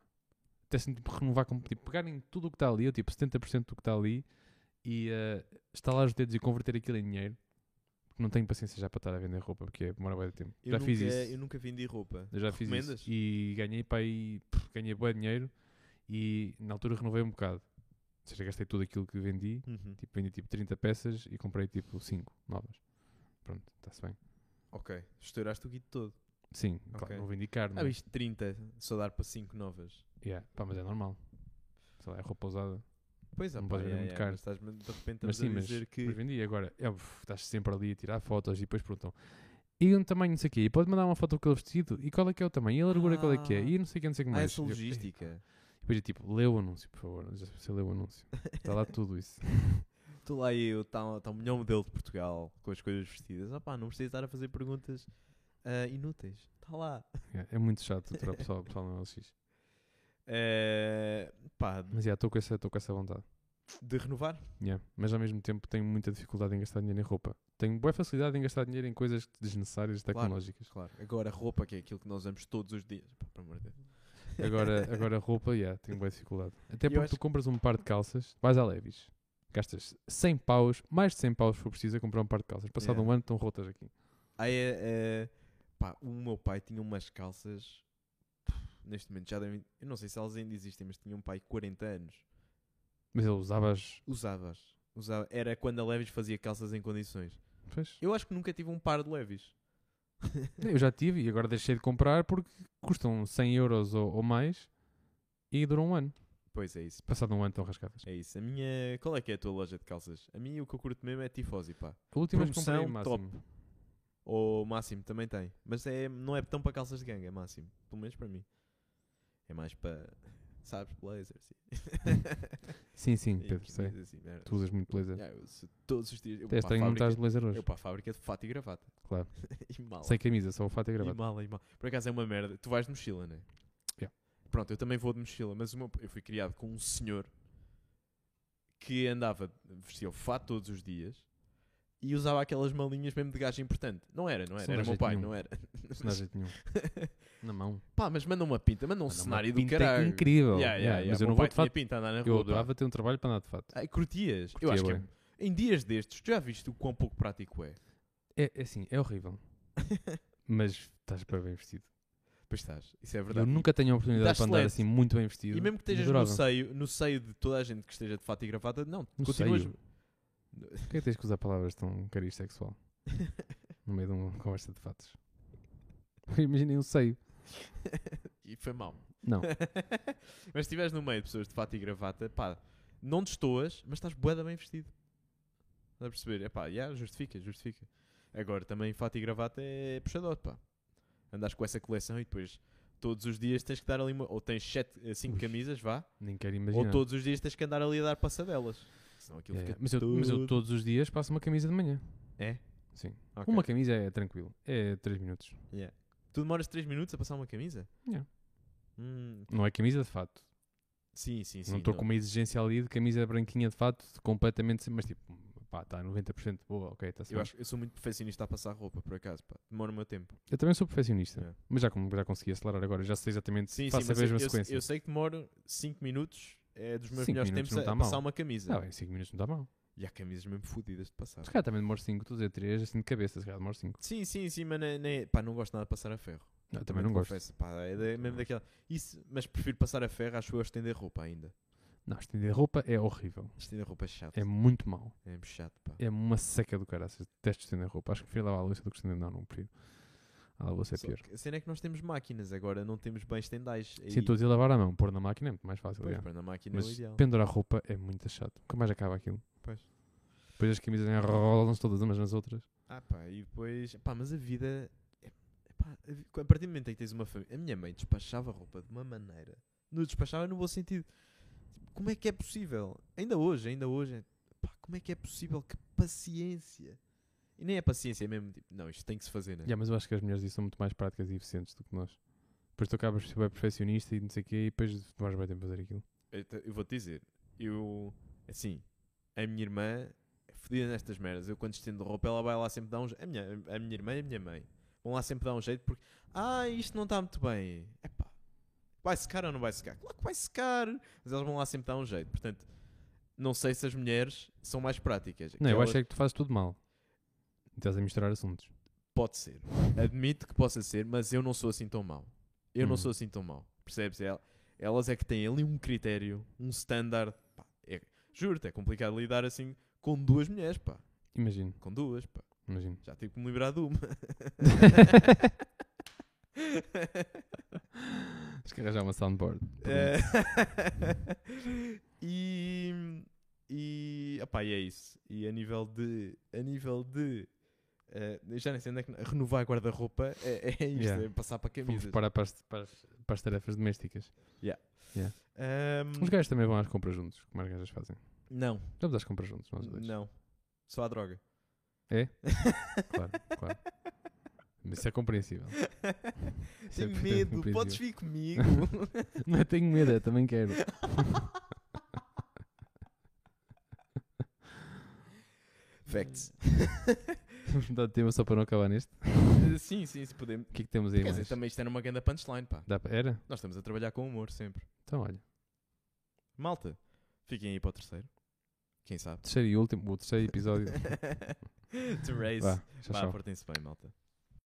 [SPEAKER 2] até sinto tipo, renovar, como, tipo, pegarem tudo o que está ali, ou tipo 70% do que está ali e eh, estalar os dedos e converter aquilo em dinheiro, porque não tenho paciência já para estar a vender roupa, porque é- demora bem tempo.
[SPEAKER 1] Eu
[SPEAKER 2] já
[SPEAKER 1] nunca,
[SPEAKER 2] fiz isso.
[SPEAKER 1] Eu nunca vendi roupa.
[SPEAKER 2] Eu já fiz
[SPEAKER 1] Recomendas?
[SPEAKER 2] isso. E ganhei para aí, pff, ganhei bom dinheiro e na altura renovei um bocado. Ou seja, gastei tudo aquilo que vendi,
[SPEAKER 1] Uhum.
[SPEAKER 2] tipo, vendi tipo 30 peças e comprei tipo 5 novas. Pronto, está-se bem.
[SPEAKER 1] Ok, estouraste o guito todo.
[SPEAKER 2] Sim, claro,
[SPEAKER 1] Ok.
[SPEAKER 2] não é? vendi carne.
[SPEAKER 1] Ah, viste 30, só dar para 5 novas.
[SPEAKER 2] Yeah, pá, mas é normal. Sei lá, é roupa usada.
[SPEAKER 1] Pois é,
[SPEAKER 2] Não pode vender muito caro.
[SPEAKER 1] mas estás-me- de repente estamos
[SPEAKER 2] Mas sim,
[SPEAKER 1] a
[SPEAKER 2] mas,
[SPEAKER 1] dizer que.
[SPEAKER 2] mas vendi. Agora, é, uf, estás sempre ali a tirar fotos e depois perguntam. E um tamanho, não sei o quê. E pode mandar uma foto daquele vestido. E qual é que é o tamanho? E a largura, qual é que é?
[SPEAKER 1] Ah.
[SPEAKER 2] E não sei o que, não sei o que
[SPEAKER 1] Ah,
[SPEAKER 2] mais.
[SPEAKER 1] essa
[SPEAKER 2] E eu-
[SPEAKER 1] logística.
[SPEAKER 2] e Depois é tipo, lê o anúncio, por favor. Já sei lê o anúncio. Está Tá
[SPEAKER 1] <laughs>
[SPEAKER 2] lá tudo isso.
[SPEAKER 1] Estou lá eu, está tá o melhor modelo de Portugal com as coisas vestidas. Ah pá, não precisas estar a fazer perguntas ah, inúteis. Está lá.
[SPEAKER 2] Yeah, é muito chato aturar o pessoal, o pessoal no LX.
[SPEAKER 1] Eh, pá,
[SPEAKER 2] Mas já, yeah, estou com, essa- estou com essa vontade.
[SPEAKER 1] de renovar?
[SPEAKER 2] Yeah. Mas ao mesmo tempo tenho muita dificuldade em gastar dinheiro em roupa. Tenho boa facilidade em gastar dinheiro em coisas desnecessárias
[SPEAKER 1] Claro.
[SPEAKER 2] tecnológicas.
[SPEAKER 1] Claro. Agora, roupa, que é aquilo que nós usamos todos os dias. Pá, pelo amor de Deus. <laughs>
[SPEAKER 2] Agora, agora roupa, yeah, tenho boa dificuldade. Até
[SPEAKER 1] Eu
[SPEAKER 2] porque
[SPEAKER 1] acho
[SPEAKER 2] tu compras um par de calças, vais à Levis, gastas 100 paus, mais de 100 paus se for preciso, a comprar um par de calças. Passado
[SPEAKER 1] Yeah.
[SPEAKER 2] um ano estão rotas aqui.
[SPEAKER 1] Aí, eh, pá, o meu pai tinha umas calças. Neste momento já devem. Eu não sei se elas ainda existem, mas tinha um pai de 40 anos.
[SPEAKER 2] Mas ele usavas.
[SPEAKER 1] Usavas. Usava. Era quando a Levis fazia calças em condições.
[SPEAKER 2] Pois.
[SPEAKER 1] Eu acho que nunca tive um par de
[SPEAKER 2] <laughs>
[SPEAKER 1] Levis.
[SPEAKER 2] Eu já tive e agora deixei de comprar porque custam 100 euros ou, ou mais e duram um ano.
[SPEAKER 1] Pois é isso.
[SPEAKER 2] Passado um ano estão rascadas.
[SPEAKER 1] É isso. A minha. Qual é que é a tua loja de calças? A minha o que eu curto mesmo é Tifosi, pá.
[SPEAKER 2] A última vez que comprei
[SPEAKER 1] Promoção
[SPEAKER 2] máximo.
[SPEAKER 1] Ou Máximo também tem. Mas é, não é tão para calças de ganga, Máximo. Pelo menos para mim. É mais para. Sabes, blazers.
[SPEAKER 2] <laughs> Sim, sim,
[SPEAKER 1] e
[SPEAKER 2] Pedro, sei.
[SPEAKER 1] camisas assim, merda.
[SPEAKER 2] Tu usas muito blazer.
[SPEAKER 1] Yeah, eu uso todos os dias. Eu, para
[SPEAKER 2] Até
[SPEAKER 1] a
[SPEAKER 2] estranho não estás de
[SPEAKER 1] fábrica,
[SPEAKER 2] blazer hoje.
[SPEAKER 1] eu para a fábrica de fato e gravata.
[SPEAKER 2] Claro.
[SPEAKER 1] <laughs> e mal.
[SPEAKER 2] Sem camisa, só o fato e
[SPEAKER 1] E
[SPEAKER 2] gravata.
[SPEAKER 1] mala, e mala. Por acaso é uma merda. Tu vais de mochila, né?
[SPEAKER 2] Yeah.
[SPEAKER 1] Pronto, eu também vou de mochila, mas o meu- eu fui criado com um senhor que andava, vestia o fato todos os dias e usava aquelas malinhas mesmo de gajo importante. Não era, não
[SPEAKER 2] Isso
[SPEAKER 1] era. Era
[SPEAKER 2] não dá
[SPEAKER 1] o meu
[SPEAKER 2] jeito
[SPEAKER 1] pai,
[SPEAKER 2] nenhum.
[SPEAKER 1] não era.
[SPEAKER 2] Isso Não há jeito nenhum. Na mão.
[SPEAKER 1] <laughs> Pá, mas manda uma pinta, manda um
[SPEAKER 2] Manda uma
[SPEAKER 1] cenário do
[SPEAKER 2] pinta
[SPEAKER 1] caralho.
[SPEAKER 2] Incrível.
[SPEAKER 1] Yeah, yeah,
[SPEAKER 2] Yeah,
[SPEAKER 1] yeah.
[SPEAKER 2] Mas
[SPEAKER 1] O
[SPEAKER 2] eu
[SPEAKER 1] meu
[SPEAKER 2] não
[SPEAKER 1] pai
[SPEAKER 2] vou de fato.
[SPEAKER 1] tinha pinta a andar na rua.
[SPEAKER 2] Eu
[SPEAKER 1] pá.
[SPEAKER 2] adorava ter um trabalho para andar de fato.
[SPEAKER 1] Ai, curtias. eu
[SPEAKER 2] Curtia
[SPEAKER 1] acho que
[SPEAKER 2] bué.
[SPEAKER 1] é- em dias destes, tu já viste o quão pouco prático é. <laughs>
[SPEAKER 2] É, é assim, é horrível. Mas estás para bem vestido.
[SPEAKER 1] Pois estás, isso é verdade.
[SPEAKER 2] Eu nunca tenho a oportunidade
[SPEAKER 1] Estás
[SPEAKER 2] para andar
[SPEAKER 1] excelente.
[SPEAKER 2] assim muito bem vestido.
[SPEAKER 1] E mesmo que
[SPEAKER 2] mas
[SPEAKER 1] estejas no
[SPEAKER 2] adorava.
[SPEAKER 1] seio, no seio de toda a gente que esteja de fato e gravata, não,
[SPEAKER 2] No
[SPEAKER 1] continuas.
[SPEAKER 2] seio? Porquê é que tens que usar palavras tão cariz sexual? No meio de uma <laughs> conversa de fatos. Imaginem um seio.
[SPEAKER 1] <laughs> e foi mal.
[SPEAKER 2] Não.
[SPEAKER 1] <laughs> mas se estiveres no meio de pessoas de fato e gravata, pá, não destoas, mas estás boeda bem vestido. Estás a perceber? É pá, yeah, justifica, justifica. Agora também fato e gravata é puxador, pá. Andas com essa coleção e depois todos os dias tens que dar ali uma. Ou tens 5
[SPEAKER 2] Ui.
[SPEAKER 1] camisas, vá.
[SPEAKER 2] Nem quero imaginar.
[SPEAKER 1] Ou todos os dias tens que andar ali a dar passadelas. senão aquilo
[SPEAKER 2] É,
[SPEAKER 1] fica
[SPEAKER 2] mas, eu, mas eu
[SPEAKER 1] tudo-
[SPEAKER 2] todos os dias passo uma camisa de manhã.
[SPEAKER 1] É?
[SPEAKER 2] Sim.
[SPEAKER 1] Ok.
[SPEAKER 2] Uma camisa é tranquilo. É 3 minutos.
[SPEAKER 1] Tu demoras 3 minutos a passar uma camisa?
[SPEAKER 2] Yeah.
[SPEAKER 1] Hum,
[SPEAKER 2] Não é camisa de fato.
[SPEAKER 1] sim, sim, sim.
[SPEAKER 2] não estou com uma exigência ali de camisa branquinha de fato completamente sem. Mas tipo, pá, está 90% boa, ok, está
[SPEAKER 1] Eu,
[SPEAKER 2] certo.
[SPEAKER 1] acho, eu sou muito perfeccionista a passar roupa, por acaso. Pá. Demora o meu tempo.
[SPEAKER 2] Eu, também sou profissionista.
[SPEAKER 1] É.
[SPEAKER 2] Mas já, com- já consegui acelerar agora. Já sei exatamente
[SPEAKER 1] Sim,
[SPEAKER 2] se
[SPEAKER 1] sim,
[SPEAKER 2] faço
[SPEAKER 1] mas
[SPEAKER 2] a
[SPEAKER 1] eu,
[SPEAKER 2] mesma
[SPEAKER 1] eu-
[SPEAKER 2] sequência.
[SPEAKER 1] eu sei que demoro 5 minutos, é dos meus
[SPEAKER 2] Cinco
[SPEAKER 1] melhores
[SPEAKER 2] minutos
[SPEAKER 1] tempos
[SPEAKER 2] não
[SPEAKER 1] a,
[SPEAKER 2] tá
[SPEAKER 1] a passar
[SPEAKER 2] mal.
[SPEAKER 1] uma camisa.
[SPEAKER 2] Ah, bem, 5 minutos não está mal.
[SPEAKER 1] E há camisas mesmo fodidas de passar.
[SPEAKER 2] Se calhar também demoro 5, estou a dizer 3, assim de cabeça, se calhar demoro 5.
[SPEAKER 1] Sim, sim, sim, mas nem, nem- pá, não gosto nada de passar a ferro.
[SPEAKER 2] Eu também não
[SPEAKER 1] te
[SPEAKER 2] gosto.
[SPEAKER 1] confesso, pá, é da-
[SPEAKER 2] Não
[SPEAKER 1] mesmo daquela. Isso, mas prefiro passar a ferro, acho eu, a estender roupa ainda.
[SPEAKER 2] Não, estender roupa é horrível.
[SPEAKER 1] Estender roupa é chato.
[SPEAKER 2] É muito mau.
[SPEAKER 1] É mesmo chato, pá.
[SPEAKER 2] É uma seca do caraças. Detesto estender roupa. Acho que prefiro lavar a louça do que estender. Não, não prefiro. A louça é
[SPEAKER 1] Só
[SPEAKER 2] pior.
[SPEAKER 1] que a cena é que nós temos máquinas agora, não temos bem estendais.
[SPEAKER 2] Sim, estou a dizer lavar à mão. Pôr na máquina é muito mais fácil.
[SPEAKER 1] Pois,
[SPEAKER 2] já.
[SPEAKER 1] pôr na máquina é o
[SPEAKER 2] Mas
[SPEAKER 1] ideal.
[SPEAKER 2] pendurar roupa é muito chato. Nunca mais acaba aquilo.
[SPEAKER 1] Pois.
[SPEAKER 2] Depois as camisas enrolam-se todas umas nas outras.
[SPEAKER 1] Ah, pá, e depois. Pá, mas a vida. é- é pá, a vi- a partir do momento em que tens uma família. A minha mãe despachava roupa de uma maneira. Não despachava no bom sentido. Tipo, Como é que é possível? Ainda hoje, ainda hoje. é- Pá, como é que é possível? Que paciência. E nem é paciência, é mesmo tipo. Não, isto tem que se fazer, né?
[SPEAKER 2] Yeah, mas eu acho que as mulheres disso são muito mais práticas e eficientes do que nós. Depois tu acabas por ser bué perfeccionista e não sei o quê, e depois demoras bem tempo a fazer aquilo.
[SPEAKER 1] Eu, te- eu vou-te dizer. Eu. Assim. A minha irmã é fodida nestas merdas. Eu quando estendo roupa, ela vai lá sempre dar um. je- A minha, a minha irmã e a minha mãe. Vão lá sempre dar um jeito porque. Ah, isto não está muito bem. Epá. Vai secar ou não vai secar? Claro que vai secar. Mas elas vão lá sempre dar um jeito. Portanto, não sei se as mulheres são mais práticas.
[SPEAKER 2] Não, eu
[SPEAKER 1] Aquelas-
[SPEAKER 2] acho é que tu fazes tudo mal. E Estás a misturar assuntos.
[SPEAKER 1] Pode ser. Admito que possa ser, mas eu não sou assim tão mau. Eu
[SPEAKER 2] Hum.
[SPEAKER 1] não sou assim tão mau. Percebes? El- Elas é que têm ali um critério, um standard. Pá, é, juro-te, é complicado lidar assim com duas mulheres, pá.
[SPEAKER 2] Imagino,
[SPEAKER 1] Com duas, pá.
[SPEAKER 2] imagino.
[SPEAKER 1] Já tive que me liberar de uma.
[SPEAKER 2] Acho que arranjar uma soundboard.
[SPEAKER 1] Eh,
[SPEAKER 2] É.
[SPEAKER 1] <laughs> e e opá, e é isso. E a nível de a nível de eh, eu já nem sei onde é que renovar a guarda-roupa é, é isto,
[SPEAKER 2] Yeah.
[SPEAKER 1] é passar para
[SPEAKER 2] Fomos
[SPEAKER 1] camisas.
[SPEAKER 2] para, para, as, para, as, para as tarefas domésticas.
[SPEAKER 1] Ahm,
[SPEAKER 2] Os gajos também vão às compras juntos, como as gajas fazem.
[SPEAKER 1] Ehm, não,
[SPEAKER 2] Vamos às compras juntos, nós dois.
[SPEAKER 1] não. Só a droga.
[SPEAKER 2] É?
[SPEAKER 1] <laughs>
[SPEAKER 2] Claro, claro. Mas isso é compreensível. Isso é
[SPEAKER 1] Tenho
[SPEAKER 2] perfeitamente
[SPEAKER 1] medo,
[SPEAKER 2] compreensível.
[SPEAKER 1] podes vir comigo.
[SPEAKER 2] <laughs> Não é tenho medo, é também quero.
[SPEAKER 1] Facts.
[SPEAKER 2] Vamos mudar de tema só para não acabar neste.
[SPEAKER 1] Eh, sim, sim, se podemos.
[SPEAKER 2] O que é que temos aí
[SPEAKER 1] Quer
[SPEAKER 2] mais?
[SPEAKER 1] dizer, também isto era uma grande punchline, pá.
[SPEAKER 2] Dá pa- Era?
[SPEAKER 1] Nós estamos a trabalhar com humor sempre.
[SPEAKER 2] Então olha.
[SPEAKER 1] Malta, fiquem aí para o terceiro. Quem sabe?
[SPEAKER 2] Terceiro e último, o terceiro episódio.
[SPEAKER 1] <laughs> to race.
[SPEAKER 2] Vá,
[SPEAKER 1] Vá,
[SPEAKER 2] tchau, tchau.
[SPEAKER 1] portem-se bem, malta.